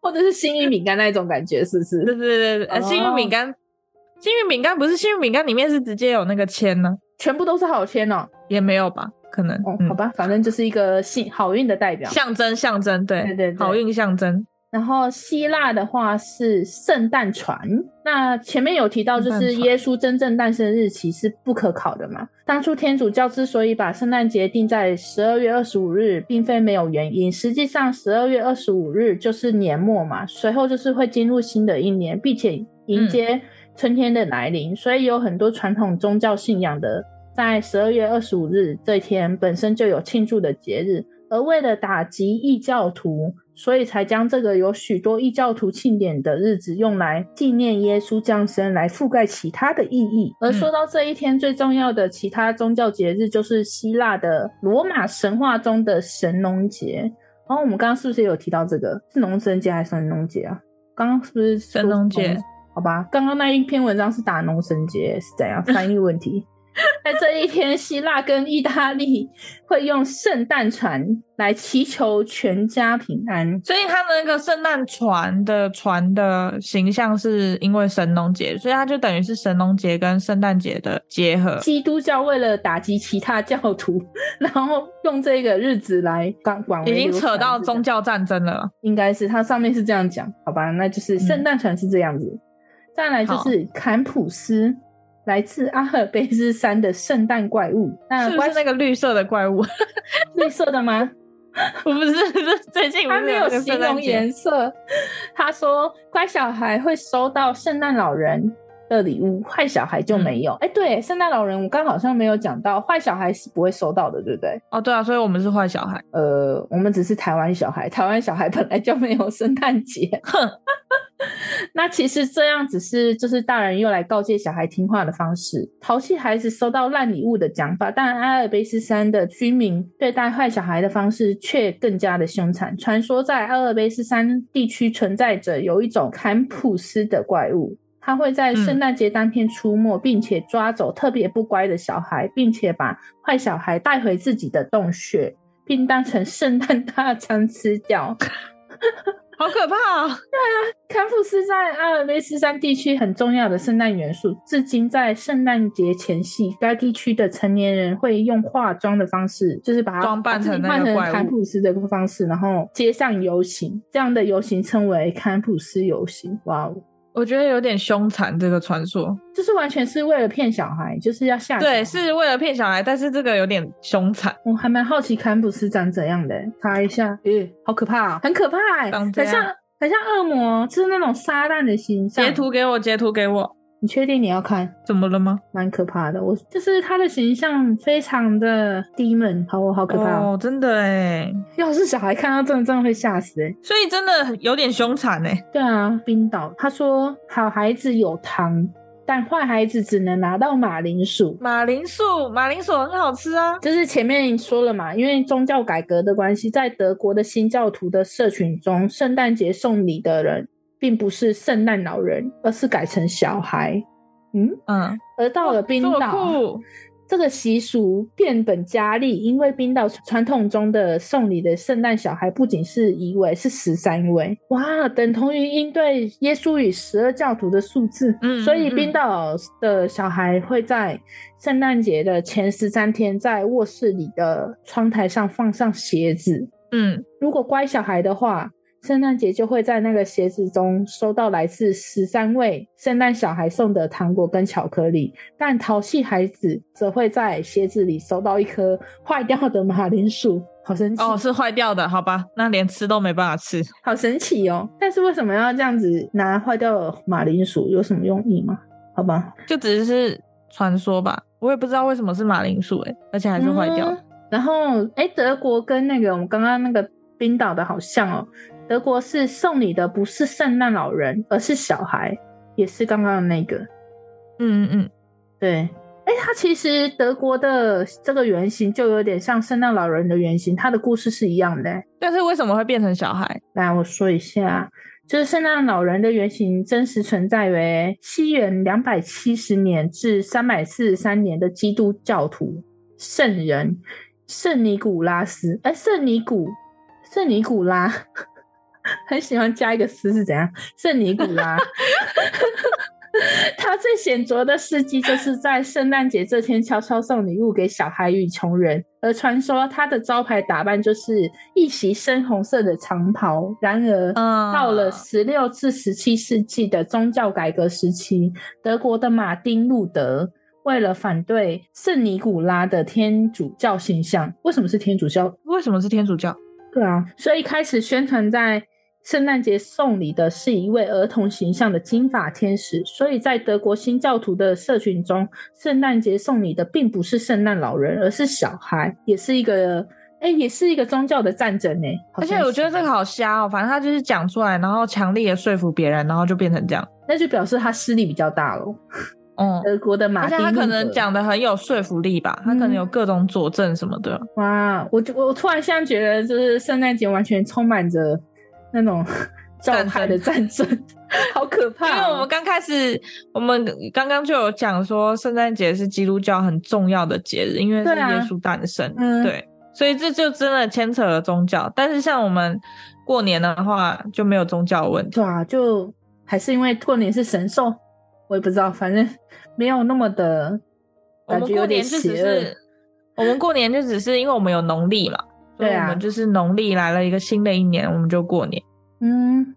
Speaker 2: 或者是幸运饼干那一种感觉，是不
Speaker 3: 对对
Speaker 2: 是？
Speaker 3: 对对，呃
Speaker 2: 哦
Speaker 3: 幸运饼干，幸运饼干不是幸运饼干里面是直接有那个签呢，
Speaker 2: 全部都是好签哦。
Speaker 3: 也没有吧？可能，
Speaker 2: 哦，
Speaker 3: 嗯
Speaker 2: 好，吧，反正就是一个幸好运的代表。
Speaker 3: 象征象征，对
Speaker 2: 对对对
Speaker 3: 好运象征，
Speaker 2: 然后希腊的话是圣诞船，那前面有提到，就
Speaker 3: 圣诞
Speaker 2: 是
Speaker 3: 船
Speaker 2: 耶稣真正诞生日期是不可考的嘛。当初天主教之所以把圣诞节定在十二月二十五日，并非没有原因。实际上，十二月二十五日就是年末嘛，随后就是会进入新的一年，并且
Speaker 3: 嗯
Speaker 2: 迎接春天的来临，所以有很多传统宗教信仰的在十二月二十五日这天本身就有庆祝的节日，而为了打击异教徒，所以才将这个有许多异教徒庆典的日子用来纪念耶稣降生，来覆盖其他的意义。
Speaker 3: 嗯
Speaker 2: 而说到这一天最重要的其他宗教节日，就是希腊的罗马神话中的神农节。然后我们刚刚是不是也有提到这个是农神节还是神农节啊？刚刚是不是说
Speaker 3: 神农节
Speaker 2: 好吧，刚刚那一篇文章是打农神节是怎样翻译问 题？在这一天，希腊跟意大利会用圣诞船来祈求全家平安。
Speaker 3: 所以他们那个圣诞船的船的形象是因为神农节，所以它就等于是神农节跟圣诞节的结合。
Speaker 2: 基督教为了打击其他教徒， 然后用这个日子来广广为
Speaker 3: 已经
Speaker 2: 流
Speaker 3: 扯
Speaker 2: 传
Speaker 3: 到
Speaker 2: 是
Speaker 3: 宗
Speaker 2: 这样，
Speaker 3: 教战争了，
Speaker 2: 应该是它上面是这样讲，好吧？那就是圣诞船是这样子。再来就是坎普斯，来自阿尔卑斯山的圣诞怪物。那
Speaker 3: 是不
Speaker 2: 嗯关
Speaker 3: 是那个绿色的怪物？
Speaker 2: 绿色的吗？
Speaker 3: 不是，是最近不
Speaker 2: 他
Speaker 3: 是
Speaker 2: 没
Speaker 3: 那
Speaker 2: 有
Speaker 3: 个
Speaker 2: 形
Speaker 3: 圣诞
Speaker 2: 容
Speaker 3: 节
Speaker 2: 颜色。他说，乖小孩会收到圣诞老人的礼物，坏小孩就没有。哎、对，圣诞老人我刚好像没有讲到，坏小孩是不会收到的，对不对？
Speaker 3: 哦，对啊，所以我们是坏小孩，
Speaker 2: 呃，我们只是台湾小孩，台湾小孩本来就没有圣诞节。那其实这样只是就是大人用来告诫小孩听话的方式，淘气孩子收到烂礼物的讲法。但阿尔卑斯山的居民对待坏小孩的方式却更加的凶残。传说在阿尔卑斯山地区存在着有一种坎普斯的怪物，它会在圣诞节当天出没，并且抓走特别不乖的小孩，并且把坏小孩带回自己的洞穴，并当成圣诞大餐吃 掉。
Speaker 3: 好可怕、哦！
Speaker 2: 堪布斯在阿尔卑斯山地区很重要的圣诞元素，至今在圣诞节前夕，该地区的成年人会用化妆的方式，就是把它
Speaker 3: 装扮成那个
Speaker 2: 把自
Speaker 3: 怪
Speaker 2: 己扮
Speaker 3: 物
Speaker 2: 成堪布斯的方式，然后街上游行，这样的游行称为堪布斯游行。哇哦！
Speaker 3: 我觉得有点凶残这个传说，
Speaker 2: 就是完全是为了骗小孩，就是要吓。
Speaker 3: 对，，是为了骗小孩，但是这个有点凶残。
Speaker 2: 我还蛮好奇堪布斯长怎样的、查一下，咦、好可怕、哦，很可怕、欸，
Speaker 3: 长
Speaker 2: 很
Speaker 3: 怎样
Speaker 2: 像很像恶魔，就是那种撒旦的形象。
Speaker 3: 截，图给我，截图给我，
Speaker 2: 你确定你要看？
Speaker 3: 怎么了吗？
Speaker 2: 蛮可怕的。我就是他的形象非常的低门，好，我好可怕、哦。
Speaker 3: 哦，真的哎，
Speaker 2: 要是小孩看到这种，真的会吓死、欸。
Speaker 3: 所以真的有点凶残哎。
Speaker 2: 对啊，冰岛他说好孩子有糖，但坏孩子只能拿到马铃薯。
Speaker 3: 马铃薯，马铃薯很好吃啊。
Speaker 2: 就是前面说了嘛，因为宗教改革的关系，在德国的新教徒的社群中，圣诞节送礼的人并不是圣诞老人，而是改成小孩。嗯，
Speaker 3: 嗯，
Speaker 2: 而到了冰
Speaker 3: 这么
Speaker 2: 岛，
Speaker 3: 酷，
Speaker 2: 这个习俗变本加厉，因为冰岛传统中的送礼的圣诞小孩不仅是一位，是十三位，哇，等同于应对耶稣与十二教徒的数字。
Speaker 3: 嗯
Speaker 2: 所以
Speaker 3: 嗯
Speaker 2: 冰岛的小孩会在圣诞节的前十三天，在卧室里的窗台上放上鞋子。
Speaker 3: 嗯，
Speaker 2: 如果乖小孩的话，圣诞节就会在那个鞋子中收到来自十三位圣诞小孩送的糖果跟巧克力，但淘气孩子则会在鞋子里收到一颗坏掉的马铃薯。 好神奇
Speaker 3: 哦，是坏掉的，好吧，那连吃都没办法吃。
Speaker 2: 好神奇哦！但是为什么要这样子拿坏掉的马铃薯？有什么用意吗？好吧，
Speaker 3: 就只是传说吧，我也不知道为什么是马铃薯哎、而且还是坏掉的。
Speaker 2: 嗯然后，哎，德国跟那个我们刚刚那个冰岛的好像哦，德国是送你的不是圣诞老人，而是小孩，也也是刚刚的那个。
Speaker 3: 嗯嗯嗯，
Speaker 2: 对，哎，它其实德国的这个原型就有点像圣诞老人的原型，它的故事是一样的欸。
Speaker 3: 但是为什么会变成小孩？
Speaker 2: 来，我说一下，就是圣诞老人的原型真实存在为西元两百七十年至三百四十三年的基督教徒圣人圣尼古拉斯，哎，圣尼古圣尼古拉， 很喜欢加一个斯是怎样？圣尼古拉。他最显著的事迹就是在圣诞节这天悄悄送礼物给小孩与穷人，而传说他的招牌打扮就是一袭深红色的长袍。然而，
Speaker 3: 嗯
Speaker 2: 到了十六至十七世纪的宗教改革时期，德国的马丁·路德为了反对圣尼古拉的天主教形象，为什么是天主教？
Speaker 3: 为什么是天主教？
Speaker 2: 对啊，所以一开始宣传在圣诞节送礼的是一位儿童形象的金发天使，所以在德国新教徒的社群中，圣诞节送礼的并不是圣诞老人，而是小孩，也是一个。哎、也是一个宗教的战争呢、欸好
Speaker 3: 而且
Speaker 2: 像
Speaker 3: 我觉得
Speaker 2: 是
Speaker 3: 这个好瞎哦，反正他就是讲出来，然后强力的说服别人，然后就变成这样。
Speaker 2: 那就表示他势力比较大喽。
Speaker 3: 哦、
Speaker 2: 德国的呃马
Speaker 3: 而且
Speaker 2: 丁，嗯
Speaker 3: 他可能讲的很有说服力吧，他可能有各种佐证什么的。
Speaker 2: 哇，我就我突然现在觉得，就是圣诞节完全充满着那种教
Speaker 3: 战
Speaker 2: 派的战争， 好可怕、
Speaker 3: 因
Speaker 2: 哦！
Speaker 3: 为我们刚开始，我们刚刚就有讲说，圣诞节是基督教很重要的节日，因为是
Speaker 2: 对啊
Speaker 3: 耶稣诞生，
Speaker 2: 嗯
Speaker 3: 对，所以这就真的牵扯了宗教。但是像我们过年的话，就没有宗教问题。
Speaker 2: 对啊，就还是因为过年是神兽，我也不知道，反正没有那么的
Speaker 3: 我
Speaker 2: 感
Speaker 3: 们
Speaker 2: 觉有
Speaker 3: 过
Speaker 2: 点
Speaker 3: 年就只
Speaker 2: 邪恶
Speaker 3: 是。，我们过年就只是因为我们有农历嘛，所以
Speaker 2: 对啊
Speaker 3: 我们就是农历来了一个新的一年，我们就过年。
Speaker 2: 嗯，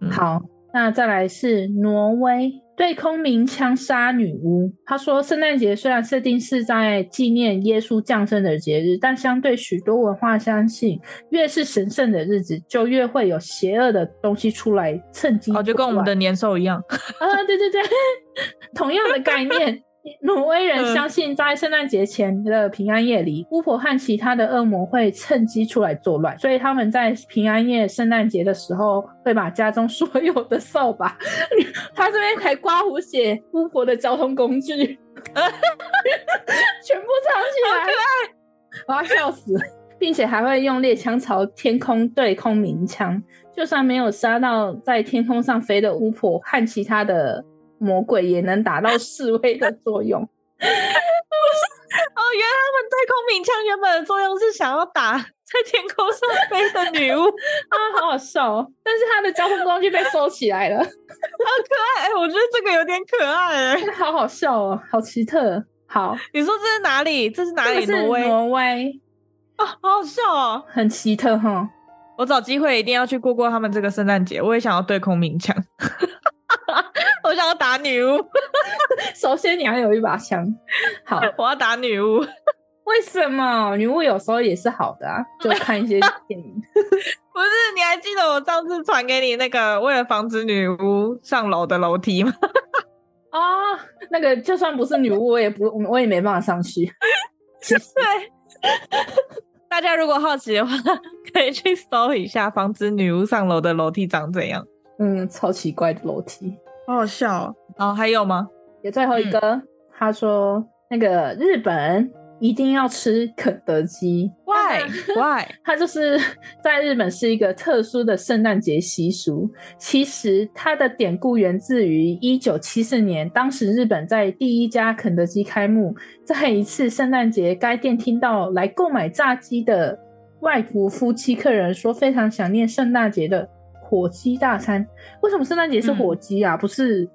Speaker 3: 嗯
Speaker 2: 好，那再来是挪威对空鸣枪杀女巫。他说，圣诞节虽然设定是在纪念耶稣降生的节日，但相对许多文化相信，越是神圣的日子，就越会有邪恶的东西出来趁机作
Speaker 3: 哦，
Speaker 2: 乱。
Speaker 3: 就跟我们的年兽一样， 哦
Speaker 2: 啊，对对对，同样的概念。挪威人
Speaker 3: 嗯
Speaker 2: 相信，在圣诞节前的平安夜里，巫婆和其他的恶魔会趁机出来作乱，所以他们在平安夜、圣诞节的时候，会把家中所有的扫把，他这边还刮胡写巫婆的交通工具，全部藏起来，我要笑死了，并且还会用猎枪朝天空对空鸣枪，就算没有杀到在天空上飞的巫婆和其他的魔鬼，也能达到示威的作 用。
Speaker 3: 哦，原来他们对空鸣枪原本的作用是想要打 在天空上飞的女巫，
Speaker 2: 啊，好好笑哦！但是他的交通工具被收起来了，
Speaker 3: 哎、我觉得这个有点可爱、哎，
Speaker 2: 好好笑哦，好奇特。好，
Speaker 3: 你说这是哪里？这是哪
Speaker 2: 这
Speaker 3: 里？
Speaker 2: 个是
Speaker 3: 挪威
Speaker 2: 挪威，
Speaker 3: 啊，好好笑哦！
Speaker 2: 很奇特哈。
Speaker 3: 我找机会一定要去过过他们这个圣诞节，我也想要对空鸣枪， 我想要打女巫，
Speaker 2: 首先你要有一把枪，好，
Speaker 3: 我要打女巫。
Speaker 2: 为什么女巫有时候也是好的啊？就看一些电影。
Speaker 3: 不是，你还记得我上次传给你那个为了防止女巫上楼的楼梯吗？
Speaker 2: 啊、那个就算不是女巫，我也不，我也没办法上去。
Speaker 3: 对，大家如果好奇的话， 可以去搜一下防止女巫上楼的楼梯长怎样。
Speaker 2: 嗯，超奇怪的楼梯。
Speaker 3: 好好笑哦！哦还有吗？
Speaker 2: 有最后一个，他说那个日本一定要吃肯德基，
Speaker 3: Why Why？
Speaker 2: 它就是在日本是一个特殊的圣诞节习俗。其实它的典故源自于一九七四年，当时日本在第一家肯德基开幕，在一次圣诞节，该店听到来购买炸鸡的外国夫妻客人说非常想念圣诞节的火鸡大餐。为什么圣诞节是火鸡啊？不是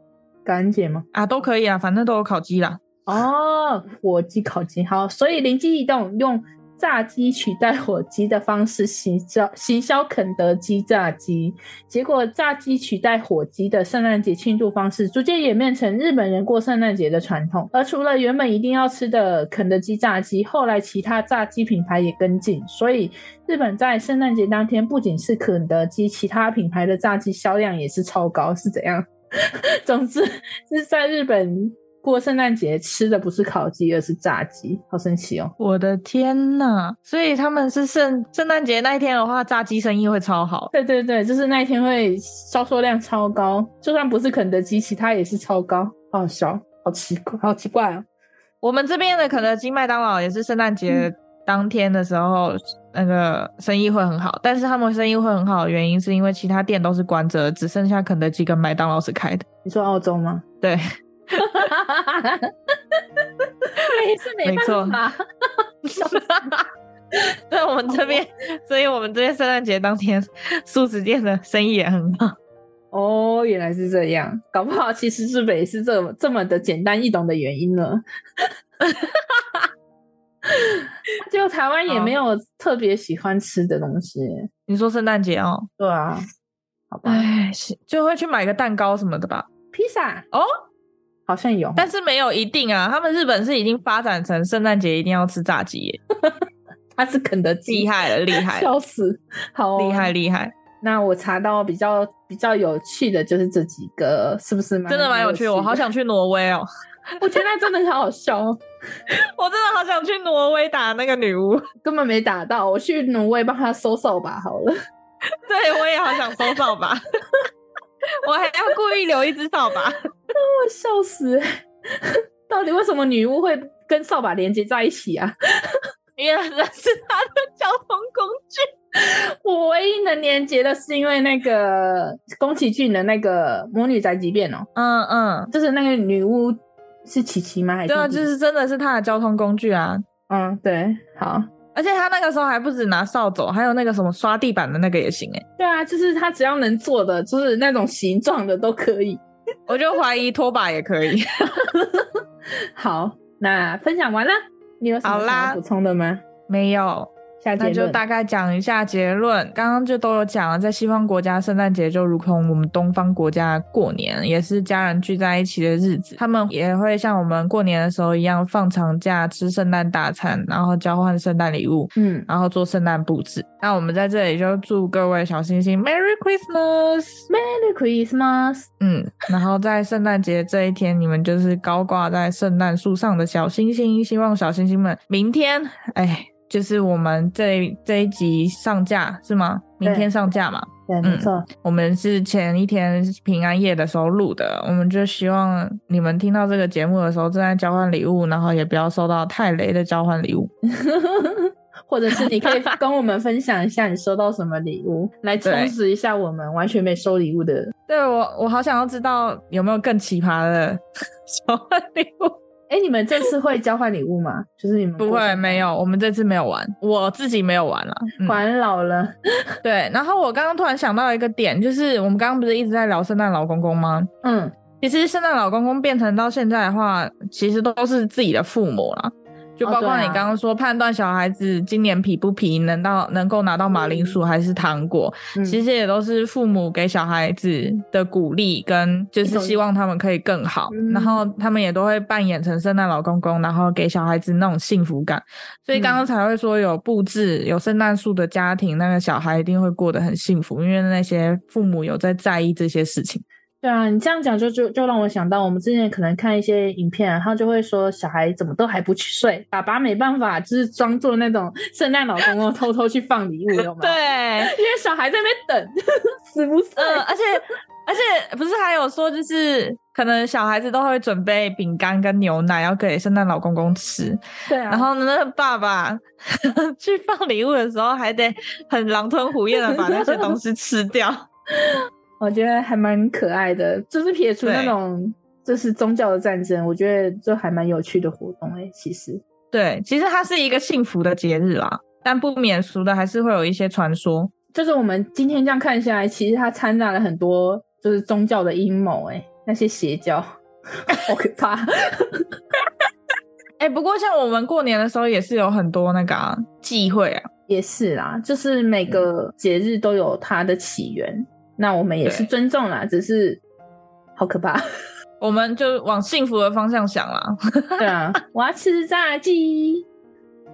Speaker 2: 感恩节吗？
Speaker 3: 啊，都可以啊，反正都有烤鸡啦。
Speaker 2: 哦，火鸡烤鸡好，所以灵机一动，用炸鸡取代火鸡的方式行销行销肯德基炸鸡，结果炸鸡取代火鸡的圣诞节庆祝方式，逐渐演变成日本人过圣诞节的传统。而除了原本一定要吃的肯德基炸鸡，后来其他炸鸡品牌也跟进，所以日本在圣诞节当天，不仅是肯德基，其他品牌 的炸鸡销量也是超高，是怎样？总之，就是在日本过圣诞节吃的不是烤鸡，而是炸鸡，好神奇哦！
Speaker 3: 我的天呐！所以他们是圣圣诞节那一天的话，炸鸡生意会超好。
Speaker 2: 对对对，就是那一天会销售量超高，就算不是肯德基，其他也是超高，好好笑，好奇怪，好奇怪哦！
Speaker 3: 我们这边的肯德基、麦当劳也是圣诞节当天的时候，那个生意会很好。但是他们生意会很好的原因，是因为其他店都是关着，只剩下肯德基跟麦当劳是开的。
Speaker 2: 你说澳洲吗？
Speaker 3: 对，
Speaker 2: 没是没办法，
Speaker 3: 所以我们这边，所以我们这边圣诞节当天，素食店的生意也很好。
Speaker 2: 哦，原来是这样，搞不好其实是北是这么这么的简单易懂的原因呢。 就台湾也没有特别喜欢吃的东西，
Speaker 3: 你说圣诞节哦，
Speaker 2: 对啊，好吧，
Speaker 3: 哎，是就会去买个蛋糕什么的吧？
Speaker 2: 披萨
Speaker 3: 哦，
Speaker 2: 好像有，
Speaker 3: 但是没有一定啊。他们日本是已经发展成圣诞节一定要吃炸鸡耶，
Speaker 2: 它是肯德基，
Speaker 3: 厉害了，厉害了，
Speaker 2: 笑死，好、哦
Speaker 3: 厉害，。厉害，
Speaker 2: 那我查到比较比较有趣的就是这几个，是不是
Speaker 3: 真的蛮有趣
Speaker 2: 趣
Speaker 3: 的。
Speaker 2: 的
Speaker 3: 我好，想去挪威哦，
Speaker 2: 我觉得那真的很好笑哦，
Speaker 3: 我真的好想去挪威打那个女巫。
Speaker 2: 根本没打到。我去挪威帮他搜搜吧，好了。
Speaker 3: 对我也好想收扫把， 我还要故意留一只扫把。
Speaker 2: 我笑死！ 到底为什么女巫会跟扫把连接在一起啊？
Speaker 3: 原来那是他的交通工具。
Speaker 2: 我唯一能连接的是因为那个宫崎骏的那个《魔女宅急便》哦，
Speaker 3: 嗯嗯，
Speaker 2: 就是那个女巫是琪琪吗？还是
Speaker 3: 对啊，
Speaker 2: 弟
Speaker 3: 就
Speaker 2: 弟
Speaker 3: 是真的是他的交通工具啊。
Speaker 2: 嗯，对，好，
Speaker 3: 而且他那个时候还不止拿扫帚，还有那个什么刷地板的那个也行哎、
Speaker 2: 对啊，就是他只要能做的，就是那种形状的都可以。
Speaker 3: 我就怀疑拖把也可以。
Speaker 2: 好，那分享完了，你有什
Speaker 3: 好
Speaker 2: 么
Speaker 3: 啦
Speaker 2: 想要补充的吗？
Speaker 3: 没有，
Speaker 2: 下
Speaker 3: 那
Speaker 2: 结
Speaker 3: 就
Speaker 2: 论，
Speaker 3: 大概讲一下结论。刚刚就都有讲了，在西方国家，圣诞节就如同我们东方国家过年，也是家人聚在一起的日子。他们也会像我们过年的时候一样放长假，吃圣诞大餐，然后交换圣诞礼物。
Speaker 2: 嗯，
Speaker 3: 然后做圣诞布置。那我们在这里就祝各位小星星 Merry Christmas。
Speaker 2: Merry Christmas，
Speaker 3: 嗯，然后在圣诞节这一天，你们就是高挂在圣诞树上的小星星。希望小星星们明天，哎，就是我们这这一集上架是吗？明天上架嘛？
Speaker 2: 对，没错，
Speaker 3: 我们是前一天平安夜的时候录的，我们就希望你们听到这个节目的时候正在交换礼物，然后也不要收到太雷的交换礼物。
Speaker 2: 或者是你可以跟我们分享一下你收到什么礼物，来充实一下我们完全没收礼物的。
Speaker 3: 对我，我好想要知道有没有更奇葩的 交换礼物。
Speaker 2: 哎，你们这次会交换礼物吗？ 就是你们
Speaker 3: 不
Speaker 2: 过
Speaker 3: 会，
Speaker 2: 程
Speaker 3: 没有，我们这次没有玩，我自己没有玩了。嗯
Speaker 2: 还老了，
Speaker 3: 对，然后我刚刚突然想到一个点，就是我们刚刚不是一直在聊圣诞老公公吗？
Speaker 2: 嗯，
Speaker 3: 其实圣诞老公公变成到现在的话，其实都是自己的父母啦。就
Speaker 2: 哦
Speaker 3: 包
Speaker 2: 对
Speaker 3: 括你
Speaker 2: 啊
Speaker 3: 刚刚说判断小孩子今年皮不皮，能到能够拿到马铃薯还是糖果，
Speaker 2: 嗯
Speaker 3: 其实也都是父母给小孩子的鼓励，跟就
Speaker 2: 一
Speaker 3: 是
Speaker 2: 种
Speaker 3: 希望他们可以更好
Speaker 2: 嗯，
Speaker 3: 然后他们也都会扮演成圣诞老公公，然后给小孩子那种幸福感。所以刚
Speaker 2: 嗯
Speaker 3: 刚才会说有布置、有圣诞树的家庭，那个小孩一定会过得很幸福，因为那些父母有在在意这些事情。
Speaker 2: 对啊，你这样讲就就就让我想到，我们之前可能看一些影片、啊，然后就会说小孩怎么都还不去睡，爸爸没办法，就是装作那种圣诞老公公偷偷去放礼物，有 吗？，
Speaker 3: 对，
Speaker 2: 因为小孩在那边等， 死不睡。
Speaker 3: 呃， 而且而且不是还有说，就是可能小孩子都会准备饼干跟牛奶要给圣诞老公公吃，
Speaker 2: 对啊，
Speaker 3: 然后呢，那个爸爸 去放礼物的时候还得很狼吞虎咽的把那些东西吃掉。
Speaker 2: 我觉得还蛮可爱的，就是撇除那
Speaker 3: 对
Speaker 2: 种就是宗教的战争，我觉得就还蛮有趣的活动哎、其实
Speaker 3: 对，其实它是一个幸福的节日啦，但不免俗的还是会有一些传说。
Speaker 2: 就是我们今天这样看下来，其实它掺杂了很多就是宗教的阴谋哎，那些邪教， 好可怕。
Speaker 3: 哎、不过像我们过年的时候也是有很多那个啊、忌讳啊，
Speaker 2: 也是啦，就是每个节日都有它的起源，那我们也是
Speaker 3: 对
Speaker 2: 尊重啦，只是好可怕。
Speaker 3: 我们就往幸福的方向想啦。
Speaker 2: 对啊， 我要吃炸鸡。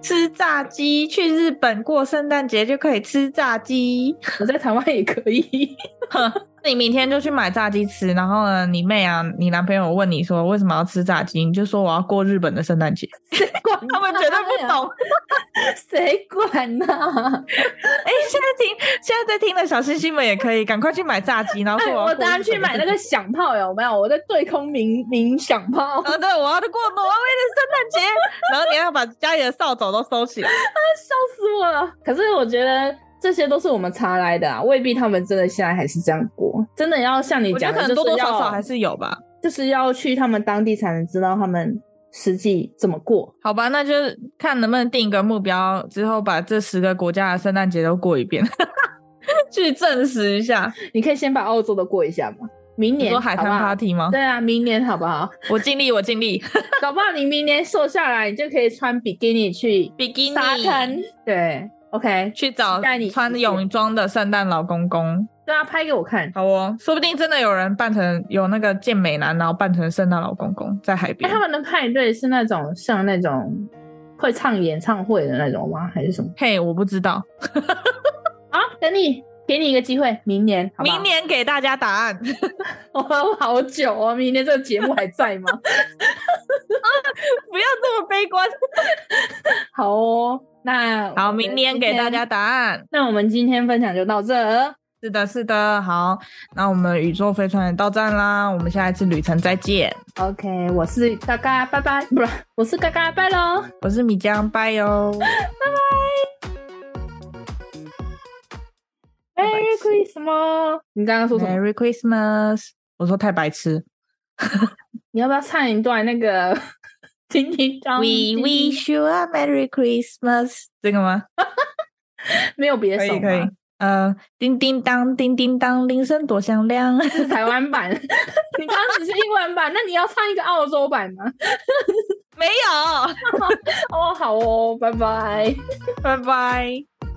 Speaker 3: 吃炸鸡，去日本过圣诞节就可以吃炸鸡。
Speaker 2: 我在台湾也可以，
Speaker 3: 你明天就去买炸鸡吃，然后呢，你妹啊，你男朋友问你说为什么要吃炸鸡，你就说我要过日本的圣诞 节。他们绝对不懂。
Speaker 2: 谁管呢、
Speaker 3: 哎、现在听现在在听的小星星们也可以赶快去买炸鸡，然后说
Speaker 2: 哎，
Speaker 3: 我
Speaker 2: 我
Speaker 3: 要过
Speaker 2: 等下
Speaker 3: 日
Speaker 2: 去
Speaker 3: 本的
Speaker 2: 买
Speaker 3: 圣
Speaker 2: 那
Speaker 3: 诞
Speaker 2: 个响炮有没有？我在对空鸣鸣响炮，
Speaker 3: 啊，对，我要过挪威的圣诞节，然后你要把家里的扫帚都收起来。
Speaker 2: 笑死我了。可是我觉得这些都是我们查来的啊，未必他们真的现在还是这样过。真的要像你
Speaker 3: 我觉
Speaker 2: 讲
Speaker 3: 得
Speaker 2: 的，
Speaker 3: 可
Speaker 2: 就是
Speaker 3: 能多多少
Speaker 2: 要
Speaker 3: 少还是有吧。
Speaker 2: 就是要去他们当地才能知道他们实际怎么过。
Speaker 3: 好吧，那就是看能不能定一个目标，之后把这十个国家的圣诞节都过一遍， 去证实一下。
Speaker 2: 你可以先把澳洲的过一下嘛，明
Speaker 3: 你
Speaker 2: 年
Speaker 3: 说海滩
Speaker 2: 好不好
Speaker 3: party 吗？
Speaker 2: 对啊，明年好不好？
Speaker 3: 我尽力，我尽力。
Speaker 2: 搞不好你明年瘦下来，你就可以穿比基尼去
Speaker 3: 比基尼
Speaker 2: 沙滩。对，OK，
Speaker 3: 去找
Speaker 2: 期待你
Speaker 3: 穿
Speaker 2: 实现
Speaker 3: 泳装的圣诞老公公，
Speaker 2: 对啊，拍给我看。
Speaker 3: 好哦，说不定真的有人扮成有那个健美男，然后扮成圣诞老公公在海
Speaker 2: 哎、
Speaker 3: 边。
Speaker 2: 他们的派对是那种像那种会唱演唱会的那种吗？还是什么？
Speaker 3: 嘿，我不知道，
Speaker 2: 啊，等你，给你一个机会，明年，好不好
Speaker 3: 明，年给大家答案。
Speaker 2: 我好久哦，明年这个节目还在吗？
Speaker 3: 不要这么悲观。
Speaker 2: 好哦，那我
Speaker 3: 好，
Speaker 2: 们
Speaker 3: 明年
Speaker 2: 今
Speaker 3: 给
Speaker 2: 天
Speaker 3: 大家答案。
Speaker 2: 那我们今天分享就到这，
Speaker 3: 是的，是的。好，那我们宇宙飞船也到站啦，我们下一次旅程再见。
Speaker 2: OK，我是嘎嘎，拜拜，不是，我是嘎嘎，拜喽。
Speaker 3: 我是米江，拜 哟。
Speaker 2: Merry Christmas！你刚刚说什么？
Speaker 3: Merry Christmas。我说太白痴。
Speaker 2: 你要不要唱一段那个 叮叮当
Speaker 3: We
Speaker 2: 叮叮
Speaker 3: wish you a Merry Christmas。这个吗？
Speaker 2: 没有别的首吗？
Speaker 3: 呃，叮叮当，叮叮当，铃声多响亮。
Speaker 2: 是台湾版。你刚刚只是英文版，那你要唱一个澳洲版吗？
Speaker 3: 没有，
Speaker 2: 哦，好哦，拜拜。
Speaker 3: 拜拜。